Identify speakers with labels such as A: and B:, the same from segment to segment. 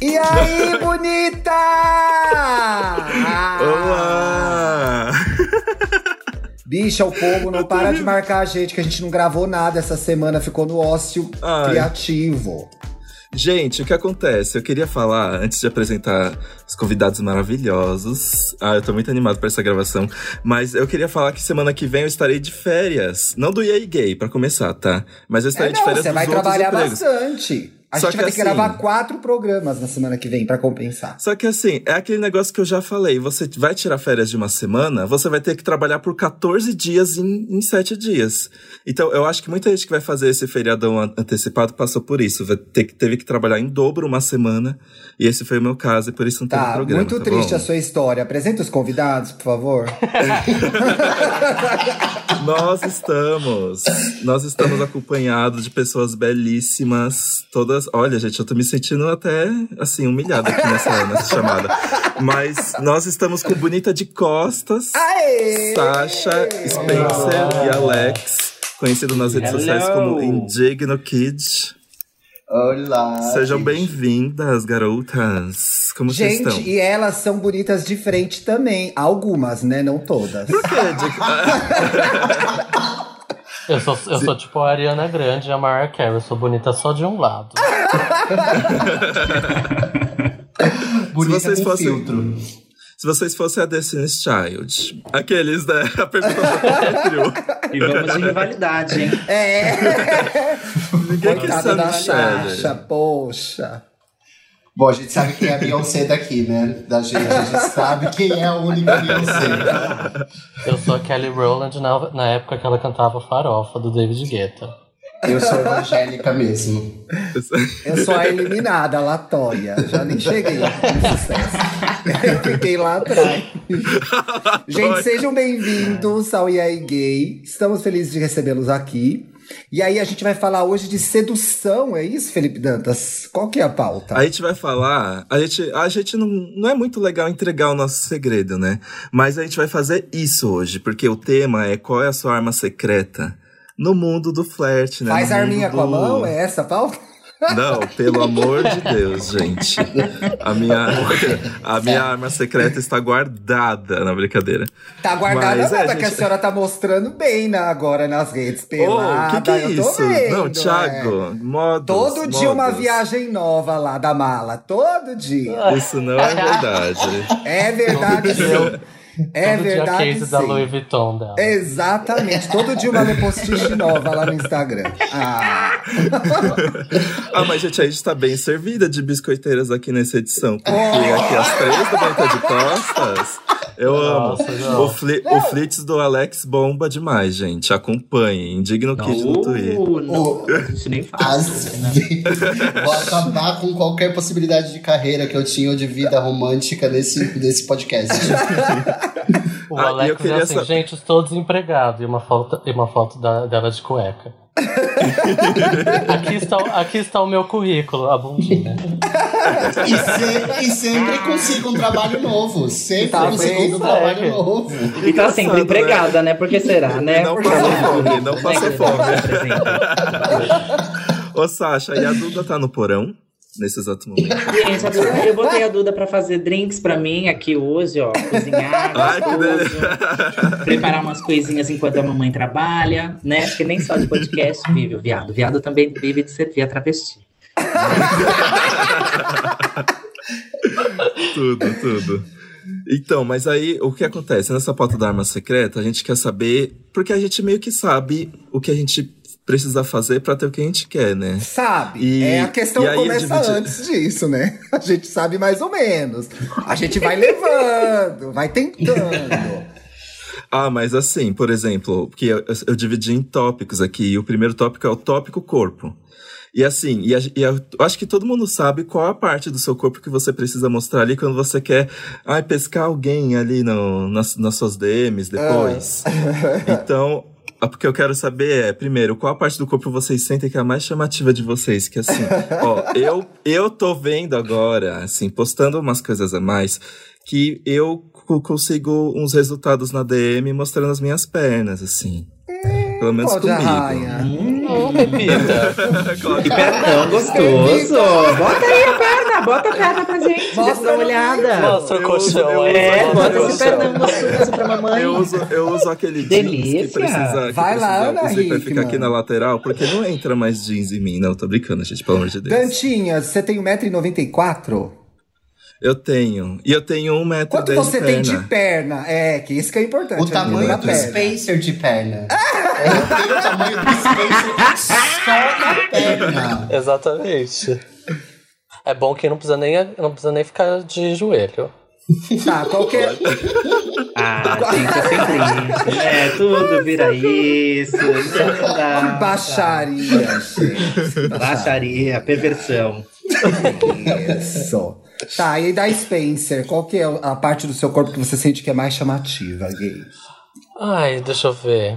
A: E aí, bonita! Ah.
B: Olá!
A: Bicha, é o povo não para de marcar a gente, que a gente não gravou nada essa semana, ficou no ócio
B: Ai.
A: criativo.
B: Gente, o que acontece? Eu queria falar, antes de apresentar os convidados maravilhosos. Ah, eu tô muito animado pra essa gravação. Mas eu queria falar que semana que vem eu estarei de férias. Não do EA Gay, pra começar, tá? Mas eu
A: É,
B: estarei de
A: não,
B: férias
A: você
B: dos
A: vai
B: outros
A: trabalhar
B: empregos.
A: bastante. A
B: Só
A: gente vai
B: que
A: ter que
B: assim-
A: gravar quatro programas na semana que vem pra compensar.
B: Só que assim, é aquele negócio que eu já falei. Você vai tirar férias de uma semana, você vai ter que trabalhar por 14 dias em, em 7 dias. Então, eu acho que muita gente que vai fazer esse feriadão an- antecipado passou por isso. Vai ter que- teve que trabalhar em dobro uma semana. E esse foi o meu caso, e por isso não teve
A: Tá,
B: programa.
A: muito
B: tá
A: triste
B: bom?
A: a sua história. Apresenta os convidados, por favor.
B: Nós estamos. Nós estamos acompanhados de pessoas belíssimas. Todas. Olha, gente, eu tô me sentindo até assim, humilhado aqui nessa, nessa chamada. Mas nós estamos com Bonita de Costas.
A: Aê!
B: Sasha, Spencer e Alex, conhecido nas redes
C: Hello.
B: sociais como Indigno Kid.
D: Olá.
B: Sejam
D: gente.
B: bem-vindas, garotas. Como vocês
A: Gente,
B: estão?
A: e elas são bonitas de frente também. Algumas, né? Não todas.
D: Ah,
C: Eu sou, eu sou tipo a Ariana Grande e a Mariah Carey. Eu sou bonita só de um lado.
D: Bonita
B: vocês
D: com
B: fossem-
D: filtro.
B: Se vocês fossem a Destiny's Child, aqueles, né? A pergunta do
E: E vamos de rivalidade, hein?
A: É!
B: Ninguém quer
A: Coitada da
B: saber
A: Sasha,
B: Sasha.
A: poxa.
D: Bom, a gente sabe quem é a Beyoncé daqui, né? Da gente. A gente sabe quem é a única Beyoncé.
C: Eu sou a Kelly Rowland na, na época que ela cantava Farofa, do David Guetta.
D: Eu sou evangélica mesmo.
A: Eu sou a eliminada, a latória. Já nem cheguei no sucesso. Eu fiquei lá atrás. Gente, sejam bem-vindos ao IAI Gay. Estamos felizes de recebê-los aqui. E aí, a gente vai falar hoje de sedução, é isso, Felipe Dantas? Qual que é a pauta?
B: A gente vai falar. A gente, a gente não, não é muito legal entregar o nosso segredo, né? Mas a gente vai fazer isso hoje, porque o tema é qual é a sua arma secreta no mundo do flerte, né?
A: Faz
B: No mundo
A: arminha com a
B: do-
A: mão? É essa a pauta?
B: Não, pelo amor de Deus, gente. A minha, a minha arma secreta está guardada na brincadeira.
A: Tá guardada
B: Mas, é,
A: nada que a
B: gente-
A: senhora tá mostrando bem na- agora nas redes.
B: Ô, o
A: Pelada,
B: que, que é
A: eu tô
B: isso?
A: vendo,
B: não,
A: é.
B: Thiago, modos.
A: Todo dia uma
B: modos.
A: viagem nova lá da mala. Todo dia.
B: Isso não é verdade.
A: É verdade, sim. É
C: Todo dia a
A: verdade,
C: case da
A: sim.
C: Louis Vuitton dela.
B: É
A: Exatamente. Todo dia uma postiche nova lá no Instagram. Ah,
B: Ah, mas gente, a gente tá bem servida de biscoiteiras aqui nessa edição. Porque aqui as três do Banca de Costas. Eu
C: Nossa,
B: amo.
C: não.
B: O, fli o Flits do Alex bomba demais, gente. Acompanhem. Indigno Kid no Twitter.
E: Uh, não,
D: O-
E: isso nem fala.
D: As... Vou acabar com qualquer possibilidade de carreira que eu tinha ou de vida romântica nesse, nesse podcast.
C: O
B: Ah, e eu
C: Alex é
B: queria
C: assim,
B: saber-
C: gente, estou desempregado. E uma foto, e uma foto da- dela de cueca. aqui, está, o- aqui está o meu currículo, a bundinha.
D: E, se- e sempre consigo um trabalho novo. Sempre
A: Tá bem,
D: consigo um trabalho
C: segue.
D: novo.
E: E tá
B: Engraçado,
E: sempre
B: né?
E: empregada, né? Porque será, né?
B: Não
E: Porque
B: passou
E: ela é
B: fome,
E: bonita,
B: não
E: né,
B: passou
E: querida?
B: fome.
E: Representa.
B: Ô, Sasha, e a Duda tá no porão? Nesse exato momento.
E: Gente, a Duda- eu botei a Duda pra fazer drinks pra mim aqui hoje, ó. Cozinhar,
B: Ai, que
E: gostoso,
B: delícia.
E: preparar umas coisinhas enquanto a mamãe trabalha, né? Porque nem só de podcast vive o viado. O viado também vive de servir a travesti.
B: tudo, tudo. Então, mas aí o que acontece? Nessa pauta da arma secreta, a gente quer saber. Porque a gente meio que sabe o que a gente precisa fazer pra ter o que a gente quer, né?
A: sabe?
B: E-
A: é, a questão
B: e aí
A: começa
B: dividi-
A: antes disso, né? A gente sabe mais ou menos. A gente vai levando, vai tentando.
B: Ah, mas assim, por exemplo, porque eu, eu dividi em tópicos aqui, e o primeiro tópico é o tópico corpo. E assim, e, a- e eu acho que todo mundo sabe qual a parte do seu corpo que você precisa mostrar ali quando você quer ai, pescar alguém ali no, nas, nas suas DMs depois. Então, a- porque eu quero saber é, primeiro, qual a parte do corpo vocês sentem que é a mais chamativa de vocês? Que assim, ó, eu, eu tô vendo agora, assim, postando umas coisas a mais, que eu co- consigo uns resultados na DM mostrando as minhas pernas, assim. Pelo menos
A: Pó de
B: comigo. É,
A: arraia.
C: Ô, bebida.
B: Claro.
E: Que pernão gostoso! Bota aí a perna, Bota a perna pra gente,
A: Mostra
E: deixa eu dar uma
A: no
E: olhada.
A: vídeo.
C: Mostra o
B: Eu uso- eu
C: colchão.
B: uso
C: É,
B: agora,
E: Bota
B: eu
E: esse
B: uso-
E: pernão gostoso pra mamãe.
B: Eu uso, eu uso aquele jeans que
E: Delícia.
B: precisa, que
A: Vai lá,
B: precisa
A: Ana
B: inclusive, vai ficar
A: Hickman.
B: aqui na lateral, porque não entra mais jeans em mim. Não, tô brincando, gente, pelo amor de Deus.
A: Dantinhas, você tem 1,94m?
B: Eu tenho. E eu tenho um metro
A: Quanto
B: e dez de
A: você tem de
B: perna.
A: perna? É, que isso que é importante.
D: O tamanho
A: da
D: do
A: perna.
D: spacer de perna. Eu tenho o tamanho do spacer só na perna.
C: Exatamente. É bom que não precisa nem, não precisa nem ficar de joelho.
A: Tá, qualquer.
E: Ah, gente, é sempre isso. É, tudo vira isso. Isso é verdade.
A: Baixaria,
E: Baixaria, perversão.
A: gente. Isso. Tá, e da Spencer, qual que é a parte do seu corpo que você sente que é mais chamativa, gay?
C: Ai, deixa eu ver.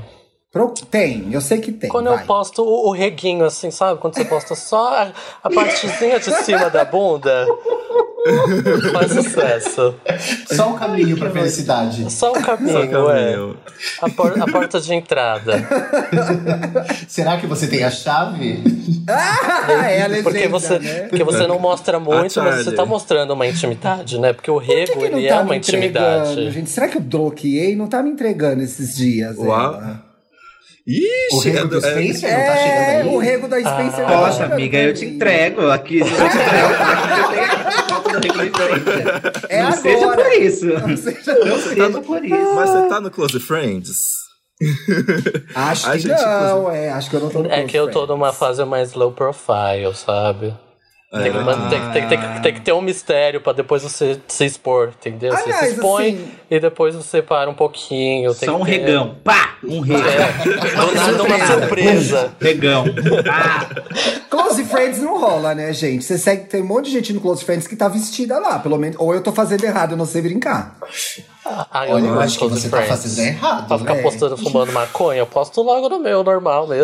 A: Pro- Tem, eu sei que tem.
C: Quando
A: vai.
C: eu posto o, o reguinho, assim, sabe? Quando você posta só a, a partezinha de cima da bunda, faz sucesso.
D: Só o caminho pra felicidade.
C: Só o caminho,
B: Só que é o
C: é.
B: meu.
C: A, por- a porta de entrada.
D: Será que você tem a chave?
A: Ah, é a legenda,
C: Porque você,
A: né?
C: porque você não mostra muito, mas você
B: Charlie.
C: tá mostrando uma intimidade, né? Porque o
A: Por que
C: rego,
A: que não
C: ele
A: tá
C: é
A: me
C: uma
A: entregando,
C: intimidade.
A: gente? Será que eu bloqueei? Não tá me entregando esses dias.
B: Uau.
A: ela.
D: O
B: Ixi,
D: rego do
B: é- é-
D: spacer não tá
A: É,
D: chegando
A: o
D: aí?
A: rego da Spencer.
C: Ah.
A: não tá
E: Poxa,
A: chegando
E: amiga,
A: pra
E: eu te
A: mim.
E: entrego aqui. Eu te entrego.
A: É
E: Não seja
A: agora.
E: por isso.
A: Não
E: Não
A: seja-
E: seja por isso.
B: Mas você tá no Close Friends?
A: Acho
B: A
A: que
B: gente,
A: não, é. Acho que eu não tô no
C: É que eu tô
A: Close
C: numa fase mais low profile, sabe? Tem que, man- tem que- tem que- tem
A: Ah.
C: que- tem que ter um mistério pra depois você se expor, entendeu? Você
A: Aliás,
C: se expõe
A: assim-
C: e depois você para um pouquinho. tem
E: Só um
C: que ter-
E: regão. Pá! Um regão.
C: É. Do nada uma surpresa.
E: Regão. Pá!
A: Close Friends não rola, né, gente? Você segue, tem um monte de gente no Close Friends que tá vestida lá, pelo menos. Ou eu tô fazendo errado, eu não sei brincar.
C: Ah,
D: Olha,
C: não
D: eu acho que
C: gosto de
D: você tá
C: friends.
D: fazendo errado. né?
C: Pra ficar
A: É.
C: postando fumando maconha, eu posto logo no meu, normal mesmo.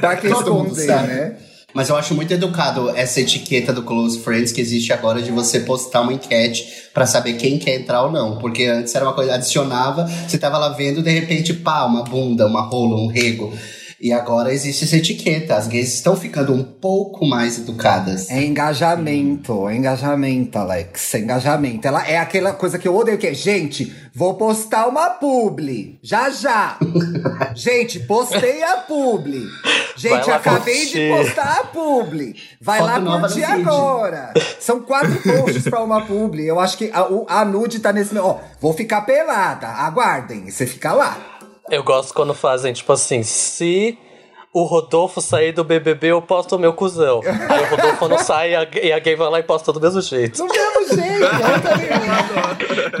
A: Pra que
D: Todo mundo
A: esconder,
D: sabe.
A: né?
D: Mas eu acho muito educado essa etiqueta do Close Friends que existe agora de você postar uma enquete pra saber quem quer entrar ou não. Porque antes era uma coisa, adicionava, você tava lá vendo, de repente, pá, uma bunda, uma rola, um rego. E agora existe essa etiqueta. As gays estão ficando um pouco mais educadas.
A: É engajamento, é engajamento, Alex. É engajamento. Ela é aquela coisa que eu odeio, que é, gente, vou postar uma publi. Já já. gente, postei a publi. Gente,
C: lá
A: acabei de
C: curtir.
A: postar a publi. Vai
D: Foto
A: lá
D: nova
A: curtir
D: no feed.
A: agora. São quatro posts pra uma publi. Eu acho que a, o- a nude tá nesse. meu- Ó, vou ficar pelada. Aguardem. Você fica lá.
C: Eu gosto quando fazem, tipo assim, se o Rodolfo sair do BBB, eu posto o meu cuzão. Aí o Rodolfo não sai e a, e a gay vai lá e posta do mesmo jeito.
A: Do mesmo jeito. não tá ligado.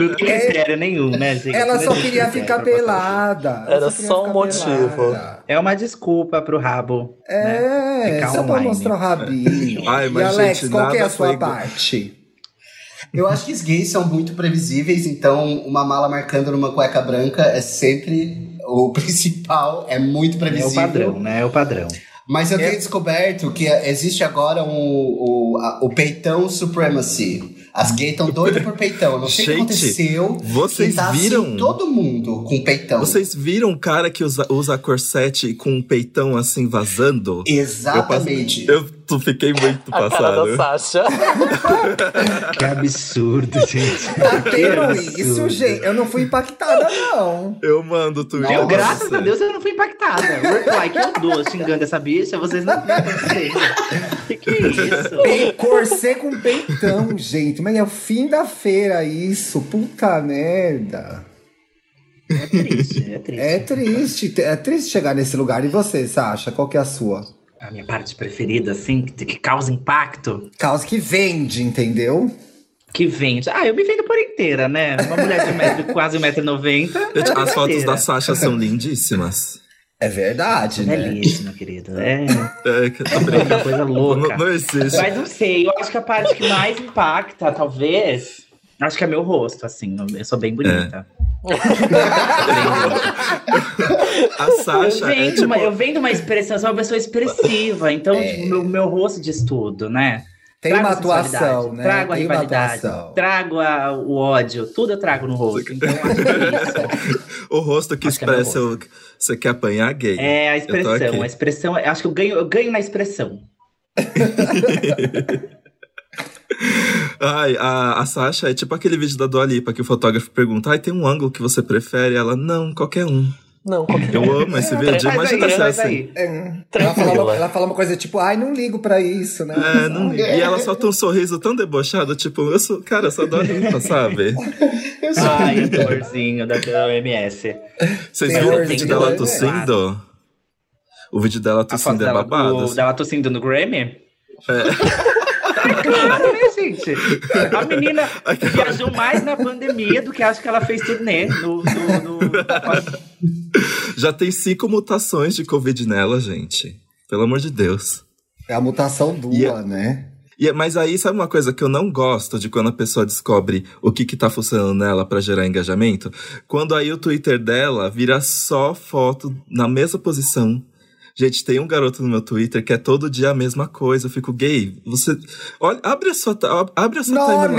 E: Não tem mistério nenhum, né, gente?
A: É. Ela
E: Não
A: só
E: existe
A: queria
E: mistério
A: ficar
E: pra vocês.
A: pelada. Ela
C: Era
A: queria
C: só um
A: ficar
C: motivo.
A: pelada.
E: É uma desculpa pro rabo. né?
A: É,
E: Ficar
A: só pra
E: online.
A: mostrar o rabinho.
B: Ai,
A: e
B: mas,
A: Alex,
B: gente,
A: qual que é a
B: nada
A: sua
B: foi igual-
A: parte?
D: Eu acho que os gays são muito previsíveis, então uma mala marcando numa cueca branca é sempre o principal, é muito
E: É o
D: previsível.
E: padrão, né? É o padrão.
D: Mas eu
A: É.
D: tenho descoberto que existe agora um, o, a- o peitão supremacy. As gays estão doidas por peitão. Eu não sei o que
B: Gente,
D: aconteceu.
B: vocês
D: que tá, Assim,
B: viram?
D: todo mundo com peitão.
B: Vocês viram um cara que usa, usa corsete com um peitão assim vazando?
D: Exatamente.
B: Eu tu- fiquei muito
C: A cara
B: passado.
C: da Sasha.
E: Que absurdo, gente.
A: Tá tendo
E: absurdo.
A: isso, gente. Eu não fui impactada, não.
B: Eu mando tu.
E: Deu graças a Deus eu não fui impactada. Like andou xingando essa bicha, vocês não vocês. Que que é isso?
A: Pe- Corset com um peitão, gente. Mas é o fim da feira isso. Puta merda.
E: É triste, é triste.
A: É triste. É triste chegar nesse lugar. E você, Sasha? Qual que é a sua?
E: A minha parte preferida, assim, que, que causa impacto,
A: Causa que vende, entendeu?
E: que vende. Ah, eu me vendo por inteira, né? Uma mulher de metro, é quase 1,90m.
B: Gente, As fotos da
E: sua.
B: Sasha são lindíssimas.
A: É verdade,
E: É
A: né?
E: lixo, meu querido. É
B: É, que- tô brincando.
E: uma coisa
B: não,
E: louca.
B: não existe.
E: Mas não sei, eu acho que a parte que mais impacta, talvez. Acho que é meu rosto, assim. Eu sou bem bonita.
B: A
E: Eu,
B: Sasha é
E: vendo
B: tipo.
E: uma, eu vendo uma expressão, eu sou uma pessoa expressiva, então
A: É.
E: tipo, meu, meu rosto diz tudo, né?
A: Tem
E: Trago
A: uma
E: a sensualidade,
A: atuação, né?
E: Trago a
A: Tem uma
E: rivalidade,
A: atuação.
E: trago a- o ódio, tudo eu trago no rosto. Então, acho que é, isso.
B: O rosto que
E: Acho que é meu
B: expressa o que você quer apanhar gay.
E: é a
B: tô aqui.
E: expressão, a expressão, acho que eu ganho, eu ganho na expressão.
B: Ai, a, a Sasha é tipo aquele vídeo da Dua Lipa que o fotógrafo pergunta: Ai, tem um ângulo que você prefere? Ela, não, qualquer um.
C: Não, qualquer
B: Eu amo esse vídeo.
E: Mas
B: Imagina
E: aí,
B: se é
E: mas
B: assim.
E: aí.
A: É, ela, fala uma,
C: Tranquila.
A: ela fala uma coisa tipo, ai, não ligo pra isso, né?
B: É, não ligo. E ela solta um sorriso tão debochado, tipo, eu sou, cara, eu sou a Dua Lipa, sabe?
D: Eu sou
E: Ai, amorzinho um da OMS.
A: Tem
B: Vocês
E: um
B: viram o
A: horror
B: vídeo
A: de
B: dela
A: dois
B: tossindo? O vídeo dela
E: A foto
B: tossindo é
E: dela,
B: babado.
E: do,
B: assim.
E: dela tossindo no Grammy? É. claro, né, gente? A menina viajou mais na pandemia do que acho que ela fez turnê no... no, no...
B: Já tem cinco mutações de Covid nela, gente. Pelo amor de Deus.
A: É a mutação dupla,
B: E a-
A: né?
B: E, é- mas aí, sabe uma coisa que eu não gosto de quando a pessoa descobre o que que tá funcionando nela pra gerar engajamento? Quando aí o Twitter dela vira só foto na mesma posição. Gente, tem um garoto no meu Twitter que é todo dia a mesma coisa. Eu fico gay. Você. Olha, abre a sua, ta- abre a sua
A: Nomes,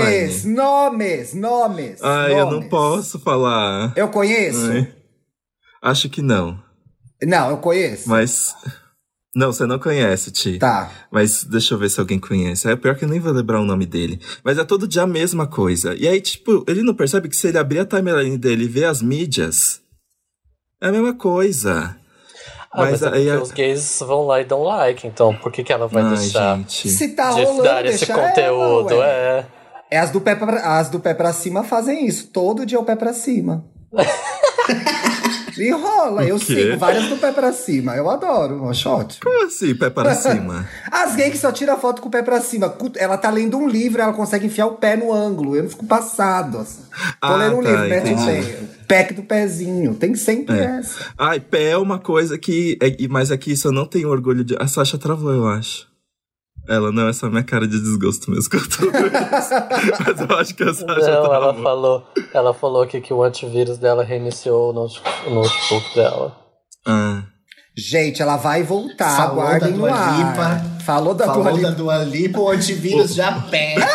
B: timeline.
A: nomes, nomes.
B: tá Ai, eu não
A: nomes.
B: posso falar.
A: Eu conheço?
B: Ai. Acho que não.
A: Não, eu conheço.
B: Mas. Não, você não conhece, Ti.
A: Tá.
B: Mas deixa eu ver se alguém conhece. É pior que eu nem vou lembrar o nome dele. Mas é todo dia a mesma coisa. E aí, tipo, ele não percebe que se ele abrir a timeline dele e ver as mídias, é a mesma coisa.
C: Ah, mas,
B: Mas
C: é
B: aí
C: porque
B: a-
C: os gays vão lá e dão like, então por que, que ela vai
B: Ai,
C: deixar
B: gente.
A: Se tá
C: de
A: rolando,
C: dar esse
A: deixa ela,
C: conteúdo?
A: ué.
C: é.
A: É, as do, pé pra, as do pé pra cima fazem isso. Todo dia é o pé pra cima. e rola.
B: O
A: eu
B: quê?
A: sigo várias do pé pra cima. Eu adoro. Acho ótimo.
B: Como assim, pé para cima?
A: As gays que só tira foto com o pé pra cima. Cu- Ela tá lendo um livro, ela consegue enfiar o pé no ângulo. Eu não fico passado. Assim. Tô
B: Ah,
A: lendo um
B: tá,
A: livro, mete o
B: entendi.
A: pé. Pack do pezinho. Tem sempre
B: É.
A: essa.
B: Ai, pé é uma coisa que. É, e- mas aqui isso eu não tenho orgulho de. A Sasha travou, eu acho. Ela não, essa é a minha cara de desgosto mesmo que eu tô vendo isso. Mas eu acho que a Sasha
C: Não, ela
B: travou.
C: falou, ela falou aqui que o antivírus dela reiniciou o note- o notebook dela.
B: Ah.
A: Gente, ela vai voltar.
D: Falou
A: Aguardem
D: da
A: no
D: Dua
A: ar.
D: Lipa.
A: Falou da Dua
D: Falou da
A: Lipa.
D: Dua Lipa, o antivírus já pega.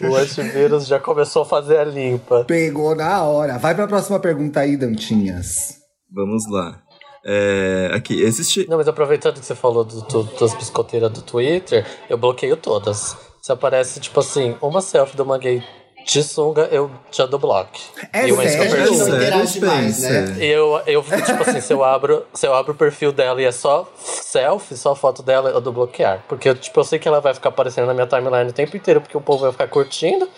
C: O antivírus já começou a fazer a limpa.
A: Pegou na hora. Vai pra próxima pergunta aí, Dantinhas.
B: Vamos lá. É, aqui, existe.
C: Não, mas aproveitando que você falou do, do- das biscoteiras do Twitter, eu bloqueio todas. Se aparece, tipo assim, uma selfie de uma gay de sunga, eu já dou block.
A: É né?
C: e uma
A: sério?
C: ex que eu perdi.
D: não interage mais,
B: Spencer?
C: Eu, eu, tipo assim, se eu abro, se eu abro o perfil dela e é só selfie, só foto dela, eu dou bloquear. Porque, tipo, eu sei que ela vai ficar aparecendo na minha timeline o tempo inteiro, porque o povo vai ficar curtindo.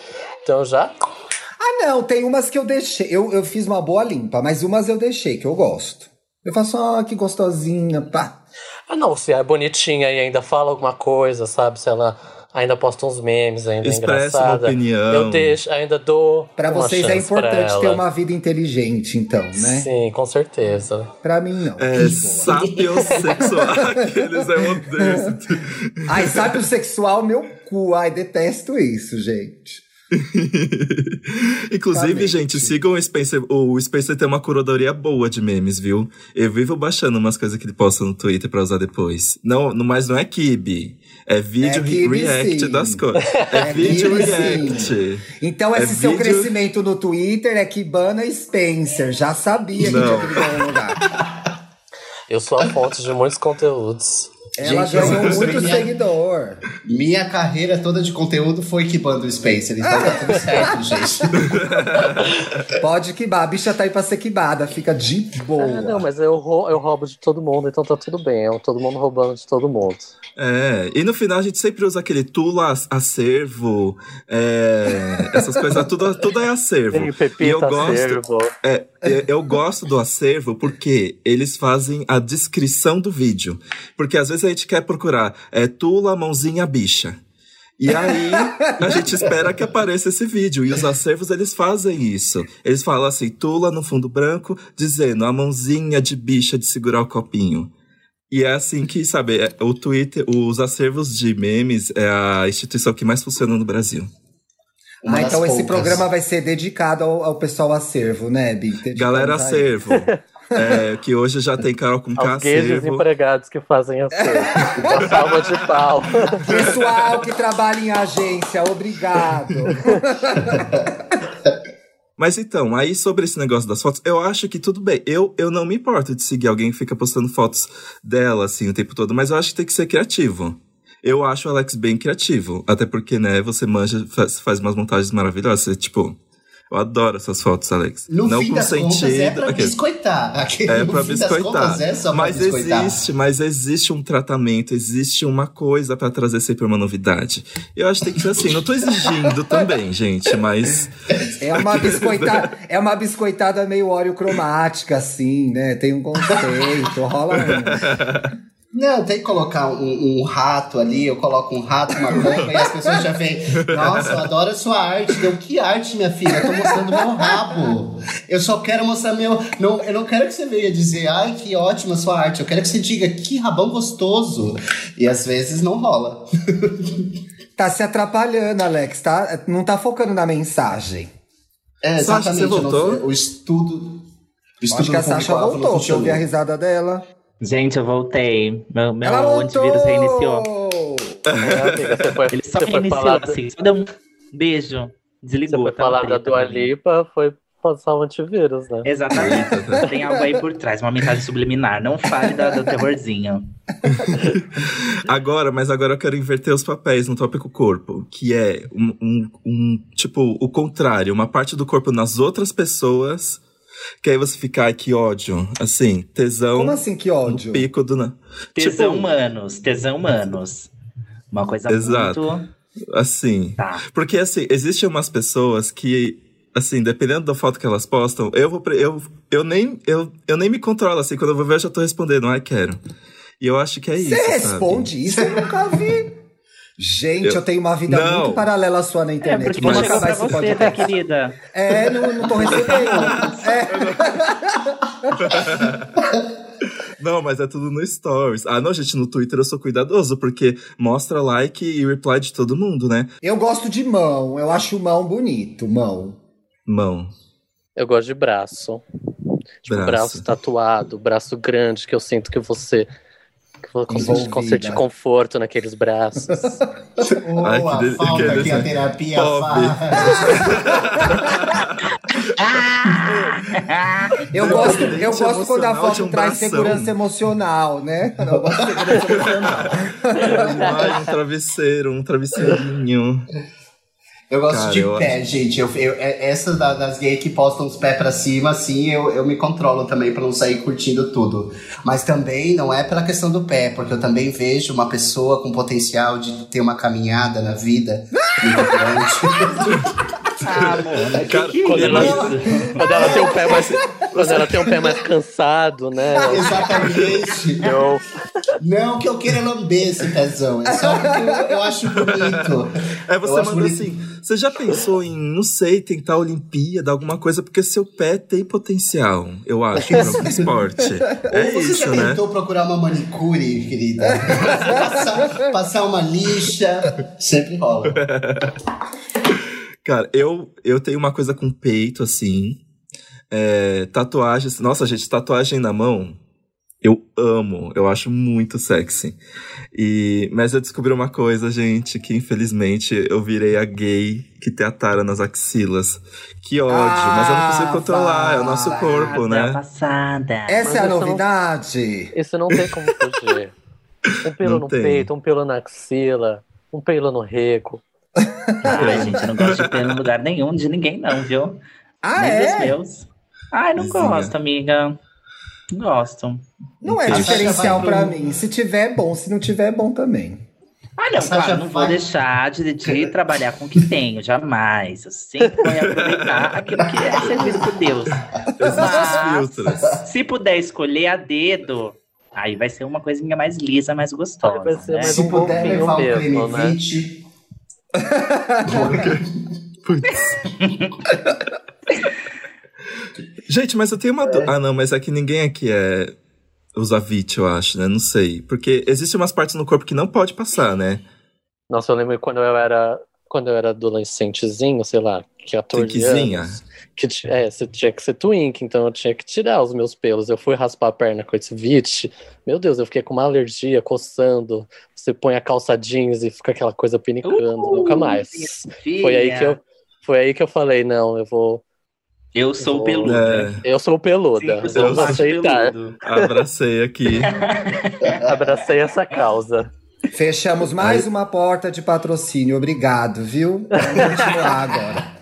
C: Então já.
A: Ah, não, tem umas que eu deixei. Eu, eu fiz uma boa limpa, mas umas eu deixei, que eu gosto. Eu faço, ah, que gostosinha, pá.
C: Ah não, se é bonitinha e ainda fala alguma coisa, sabe? Se ela ainda posta uns memes, ainda é
B: Expressa uma
C: engraçada.
B: opinião.
C: Eu deixo, ainda dou.
A: Pra
C: uma
A: vocês é
C: chance pra
A: importante ter
C: ela.
A: uma vida inteligente, então, né?
C: Sim, com certeza.
A: Pra mim, não. Que
C: né?
B: É,
A: boa.
B: sapiosexual. Aqueles é um desse.
A: Ai, sabe o sexual, meu cu. Ai, detesto isso, gente.
B: Inclusive,
A: Exatamente.
B: gente, sigam o Spencer. O Spencer tem uma curadoria boa de memes, viu? Eu vivo baixando umas coisas que ele posta no Twitter pra usar depois. Não, não- mas não é kibe. É vídeo
A: É kibe,
B: react
A: sim.
B: das coisas. É,
A: É
B: vídeo
A: kibe,
B: react.
A: Então,
B: É
A: esse seu
B: vídeo-
A: crescimento no Twitter é que Bana Spencer. Já sabia que
B: Não.
A: tinha que ligar um lugar.
C: Eu sou a fonte de muitos conteúdos.
A: Ela
D: Gente,
A: ganhou
D: eu-
A: muito seguidor.
D: Minha carreira toda de conteúdo foi que bando Spencer, então tá tudo certo, gente.
A: Pode quibar. A bicha tá aí pra ser quibada. Fica de boa.
C: Ah, não, mas eu, rou- eu roubo de todo mundo, então tá tudo bem. É todo mundo roubando de todo mundo.
B: É, e no final a gente sempre usa aquele tula, ac- acervo, é, essas coisas, tudo, tudo é acervo. e
C: tá
B: eu gosto, é, eu- eu gosto do acervo porque eles fazem a descrição do vídeo. Porque às vezes a gente quer procurar é, tula, mãozinha, bicha. E aí a gente espera que apareça esse vídeo. E os acervos, eles fazem isso. Eles falam assim, tula no fundo branco, dizendo a mãozinha de bicha de segurar o copinho. E é assim que, sabe, é- o Twitter, os acervos de memes é a instituição que mais funciona no Brasil.
D: Uma
A: Ah,
D: das
A: então esse
D: poucas.
A: programa vai ser dedicado ao, ao pessoal acervo, né, Bi? Dedicamos
B: Galera
A: a ele.
B: acervo. é, que hoje já tem Carol com
C: Aos gays
B: acervo.
C: desempregados que fazem assim. Uma salva de pau.
A: Pessoal que trabalha em agência, obrigado.
B: Mas então, aí sobre esse negócio das fotos, eu acho que tudo bem. Eu, eu não me importo de seguir alguém que fica postando fotos dela, assim, o tempo todo, mas eu acho que tem que ser criativo. Eu acho o Alex bem criativo. Até porque, né, você manja, faz, faz umas montagens maravilhosas. Você, tipo, eu adoro essas fotos, Alex.
D: No
B: não
D: fim
B: com
D: das contas,
B: sentido.
D: é pra
B: Aqui.
D: biscoitar. Aqui,
B: É
D: no
B: pra
D: fim das contas,
B: biscoitar.
D: é só pra
B: mas
D: biscoitar.
B: existe, mas existe um tratamento, existe uma coisa pra trazer sempre uma novidade. Eu acho que tem que ser assim, não tô exigindo também, gente, mas
A: É uma biscoitada, é uma biscoitada meio óleo cromática, assim, né? Tem um conceito, rola um.
D: Não, tem que colocar um, um rato ali, eu coloco um rato, uma bomba, e as pessoas já veem. Nossa, eu adoro a sua arte. Deu que arte, minha filha? Eu tô mostrando meu rabo. Eu só quero mostrar meu. Não, eu não quero que você venha dizer, ai, que ótima a sua arte. Eu quero que você diga, que rabão gostoso. E às vezes não rola.
A: Tá se atrapalhando, Alex, tá? Não tá focando na mensagem.
D: É,
B: Sasha,
D: exatamente.
B: você
D: eu não-
B: voltou?
D: o estudo. O estudo
A: Acho que a
D: do público
A: Sasha
D: alvo não
A: voltou, porque eu vi a
D: funcionou.
A: risada dela.
E: Gente, eu voltei. Meu, meu
A: Ela voltou!
E: antivírus reiniciou.
C: É, amiga, você foi,
E: Ele só
C: você foi
E: reiniciou,
C: falar, você
E: assim. Só deu um beijo. Desligou.
C: foi
E: tá
C: falar
E: ok,
C: da
E: tá
C: Dua
E: bom.
C: Lipa, foi passar o antivírus, né?
E: Exatamente. Tem algo aí por trás, uma mensagem subliminar. Não fale da, do terrorzinho.
B: agora, mas agora eu quero inverter os papéis no tópico corpo, que é um, um- um, tipo o contrário, uma parte do corpo nas outras pessoas, que aí você fica, ai, que ódio, assim, tesão
A: Como assim, que
B: no
A: ódio?
B: pico do na-
E: Tesão
B: Tipo-
E: humanos, tesão humanos. Uma coisa
B: Exato.
E: muito.
B: assim.
E: Tá.
B: Porque, assim, existem umas pessoas que, assim, dependendo da foto que elas postam, eu vou. pre- Eu, eu, nem, eu, eu nem me controlo, assim, quando eu vou ver, eu já tô respondendo, ai, quero. E eu acho que é isso.
A: Você
B: sabe?
A: responde isso? Eu nunca vi. Gente, eu, tenho uma vida
B: Não.
A: muito paralela à sua na
E: É,
A: internet.
E: porque não chegou pra
A: esse
E: você, tá,
A: podcast.
E: querida?
A: É, não, não tô recebendo. É.
B: Não, mas é tudo no Stories. Ah, não, gente, no Twitter eu sou cuidadoso, porque mostra like e reply de todo mundo, né?
A: Eu gosto de mão, eu acho mão bonito, mão.
B: Mão.
C: Eu gosto de braço. Tipo, braço.
B: Braço.
C: tatuado, braço grande, que eu sinto que você. Que eu consigo
A: Envolvida.
C: conseguir conforto naqueles braços.
D: Boa,
B: Ai, que delícia,
D: falta
B: que
D: que a
B: delícia.
D: terapia
B: Pobre.
D: faz.
A: Eu
B: Não,
A: gosto,
B: gente,
A: eu gosto quando a
B: emocional de
A: foto
B: um
A: traz
B: bração.
A: segurança emocional, né? Eu gosto de segurança emocional.
B: Ai, um travesseiro, um travesseirinho.
D: Eu gosto
B: Cara,
D: de
B: eu
D: pé, gente. Eu, eu, é- essas da- das gays que postam os pés pra cima, assim, eu, eu me controlo também pra não sair curtindo tudo. Mas também não é pela questão do pé, porque eu também vejo uma pessoa com potencial de ter uma caminhada na vida. muito grande.
E: Ah, mona, que,
B: Cara, é,
E: que
D: é
C: quando
E: isso?
C: ela- Quando ela tem um pé mais. Quando ela tem um pé mais cansado, né?
D: Exatamente.
C: Eu,
D: Não que eu queira lamber esse pezão, é só porque eu, eu acho bonito.
B: Aí
D: Eu
B: você
D: acho
B: manda
D: bonito.
B: assim, você já pensou em, não sei, tentar a Olimpíada, alguma coisa, porque seu pé tem potencial, eu acho, pra algum esporte. É
D: Ou você
B: isso,
D: já
B: né?
D: tentou procurar uma manicure, querida? passar, passar uma lixa, sempre rola.
B: Cara, eu, eu tenho uma coisa com peito, assim. É, tatuagens. Nossa, gente, tatuagem na mão. Eu amo, eu acho muito sexy. E, mas eu descobri uma coisa, gente, que infelizmente eu virei a gay que tem a tara nas axilas. Que ódio, mas eu não consigo
A: Ah,
B: controlar, é o nosso
A: vai.
B: corpo, né?
E: Passada.
A: Essa
C: Mas
A: é a
C: eu sou-
A: novidade.
C: isso não tem como fugir. Um pelo
B: Não
C: no
B: tem.
C: peito, um pelo na axila, um pelo no rego.
E: Ai, gente, eu não gosto de pé em lugar nenhum de ninguém, não, viu?
A: Ah,
E: Nem dos
A: é?
E: meus. Ai, não
B: Vizinha.
E: gosto, amiga. Não gosto.
A: Não é
B: Acho que
A: diferencial
D: vai
A: pra
D: pro-
A: mim. Se tiver, é bom. Se não tiver, é bom também.
E: Ah, não,
D: Sasha
E: claro, não vou
D: vai-
E: deixar de, de trabalhar com o que tenho, jamais. Eu sempre vou aproveitar aquilo que é servido por Deus. Mas,
B: Existem os filtros.
E: se puder escolher a dedo, aí vai ser uma coisinha mais lisa, mais gostosa.
C: Vai ser
E: né?
C: mais-
D: Se
C: um
D: puder
C: golfinho
D: levar um
C: mesmo,
D: creme
C: né?
D: 20.
B: Gente, mas eu tenho uma. du- Ah, não, mas é que ninguém aqui é. Usa VIT, eu acho, né? Não sei. Porque existem umas partes no corpo que não pode passar, né?
C: Nossa, eu lembro quando eu era. Quando eu era adolescentezinho, sei lá, 14
B: Twinquezinha?
C: anos. Que, ti- é, você tinha que ser twink, então eu tinha que tirar os meus pelos. Eu fui raspar a perna com esse vit. Meu Deus, eu fiquei com uma alergia, coçando. Você põe a calça jeans e fica aquela coisa pinicando,
E: Uh,
C: nunca mais.
E: minha filha.
C: Foi aí que eu foi aí que eu falei, não, eu vou
E: Eu sou
A: É.
B: É,
A: Né?
E: peluda.
C: Eu sou peluda.
E: Sim, é eu
C: Vamos
E: sou
C: aceitar.
E: peludo.
B: Abracei aqui.
C: Abracei essa causa.
A: Fechamos mais uma porta de patrocínio. Obrigado, viu? Vamos continuar agora.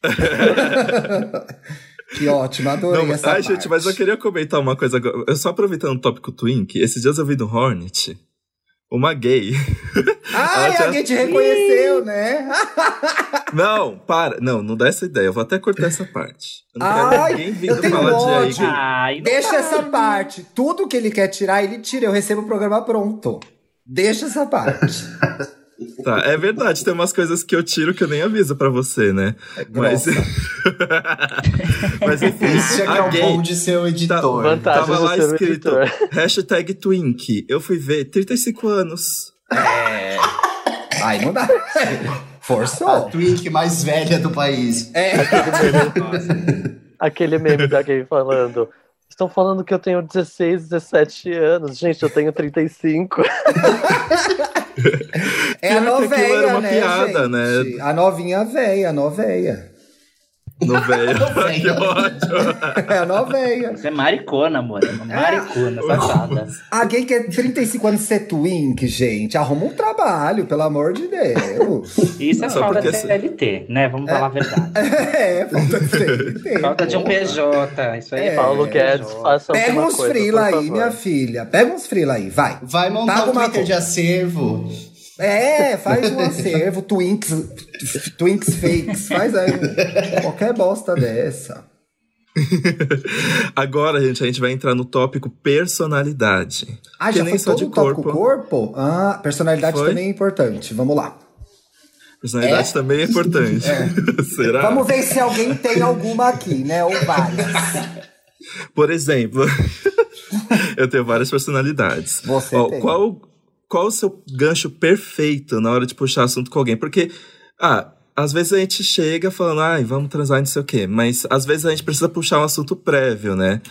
A: que ótimo, adorei
B: Não, ai,
A: essa parte.
B: gente, mas eu queria comentar uma coisa agora. Eu só aproveitando o tópico Twink, esses dias eu vi do Hornet uma gay.
A: Ai,
B: Ela tinha-
A: alguém te reconheceu, né?
B: Não, para. Não, não dá essa ideia. Eu vou até cortar essa parte. Eu não
A: Ai,
B: quero ninguém
A: eu
B: vindo
A: tenho
B: falar
A: ódio.
B: de aí. gay.
E: Ai, não
A: Deixa
E: dá.
A: essa parte. Tudo que ele quer tirar, ele tira. Eu recebo o programa pronto. Deixa essa parte.
B: Tá, é verdade, tem umas coisas que eu tiro que eu nem aviso pra você, né? Mas.
A: grossa.
B: Mas enfim,
D: Isso é que
B: a
D: é
A: um
D: o
B: gay
D: bom de ser o editor.
C: Vantagem
B: tava
C: do
B: lá
C: seu
B: escrito
C: editor.
B: hashtag Twink. Eu fui ver 35 anos.
A: Ai, não dá.
D: A
A: Forçou.
D: Twink mais velha do país.
A: É.
C: Aquele meme da gay falando. Estão falando que eu tenho 16, 17 anos. Gente, eu tenho 35.
A: É a
B: Pior que aquilo era
A: noveia,
B: uma
A: né,
B: piada, né?
A: gente? A novinha véia, a noveia.
B: No velho.
D: Ah,
B: que ódio.
A: É a noveia.
E: Você é maricona, amor. É uma
A: Ah.
E: maricona, safada.
A: Alguém quer 35 anos ser twink, gente. Arruma um trabalho, pelo amor de Deus.
E: Isso é
B: Só
E: falta
B: porque
E: de
B: você-
E: CLT, né? Vamos falar a verdade.
A: é, falta de
B: É.
A: tempo.
E: Falta de um PJ, isso aí.
A: É.
C: Paulo Guedes, faça
A: Pega
C: alguma
A: uns
C: coisa,
A: frila
C: por
A: aí,
C: favor.
A: minha filha. Pega uns frila aí, vai.
D: Vai montar
A: Paga
D: um
A: uma
D: Twitter
A: conta.
D: de acervo.
A: É, faz um acervo, Twinks, Twinks fakes, faz aí um- qualquer bosta dessa.
B: Agora, gente, a gente vai entrar no tópico personalidade.
A: Ah,
B: Que
A: já
B: nem
A: foi
B: só
A: todo
B: de
A: o corpo.
B: corpo.
A: corpo? Ah, personalidade
B: Foi?
A: também é importante, vamos lá.
B: Personalidade também é importante. Será?
A: Vamos ver se alguém tem alguma aqui, né, ou várias.
B: Por exemplo, eu tenho várias personalidades.
A: Você
B: Ó,
A: tem.
B: Qual, qual o seu gancho perfeito na hora de puxar assunto com alguém? Porque, ah, às vezes a gente chega falando, ai, vamos transar e não sei o quê, mas às vezes a gente precisa puxar um assunto prévio, né?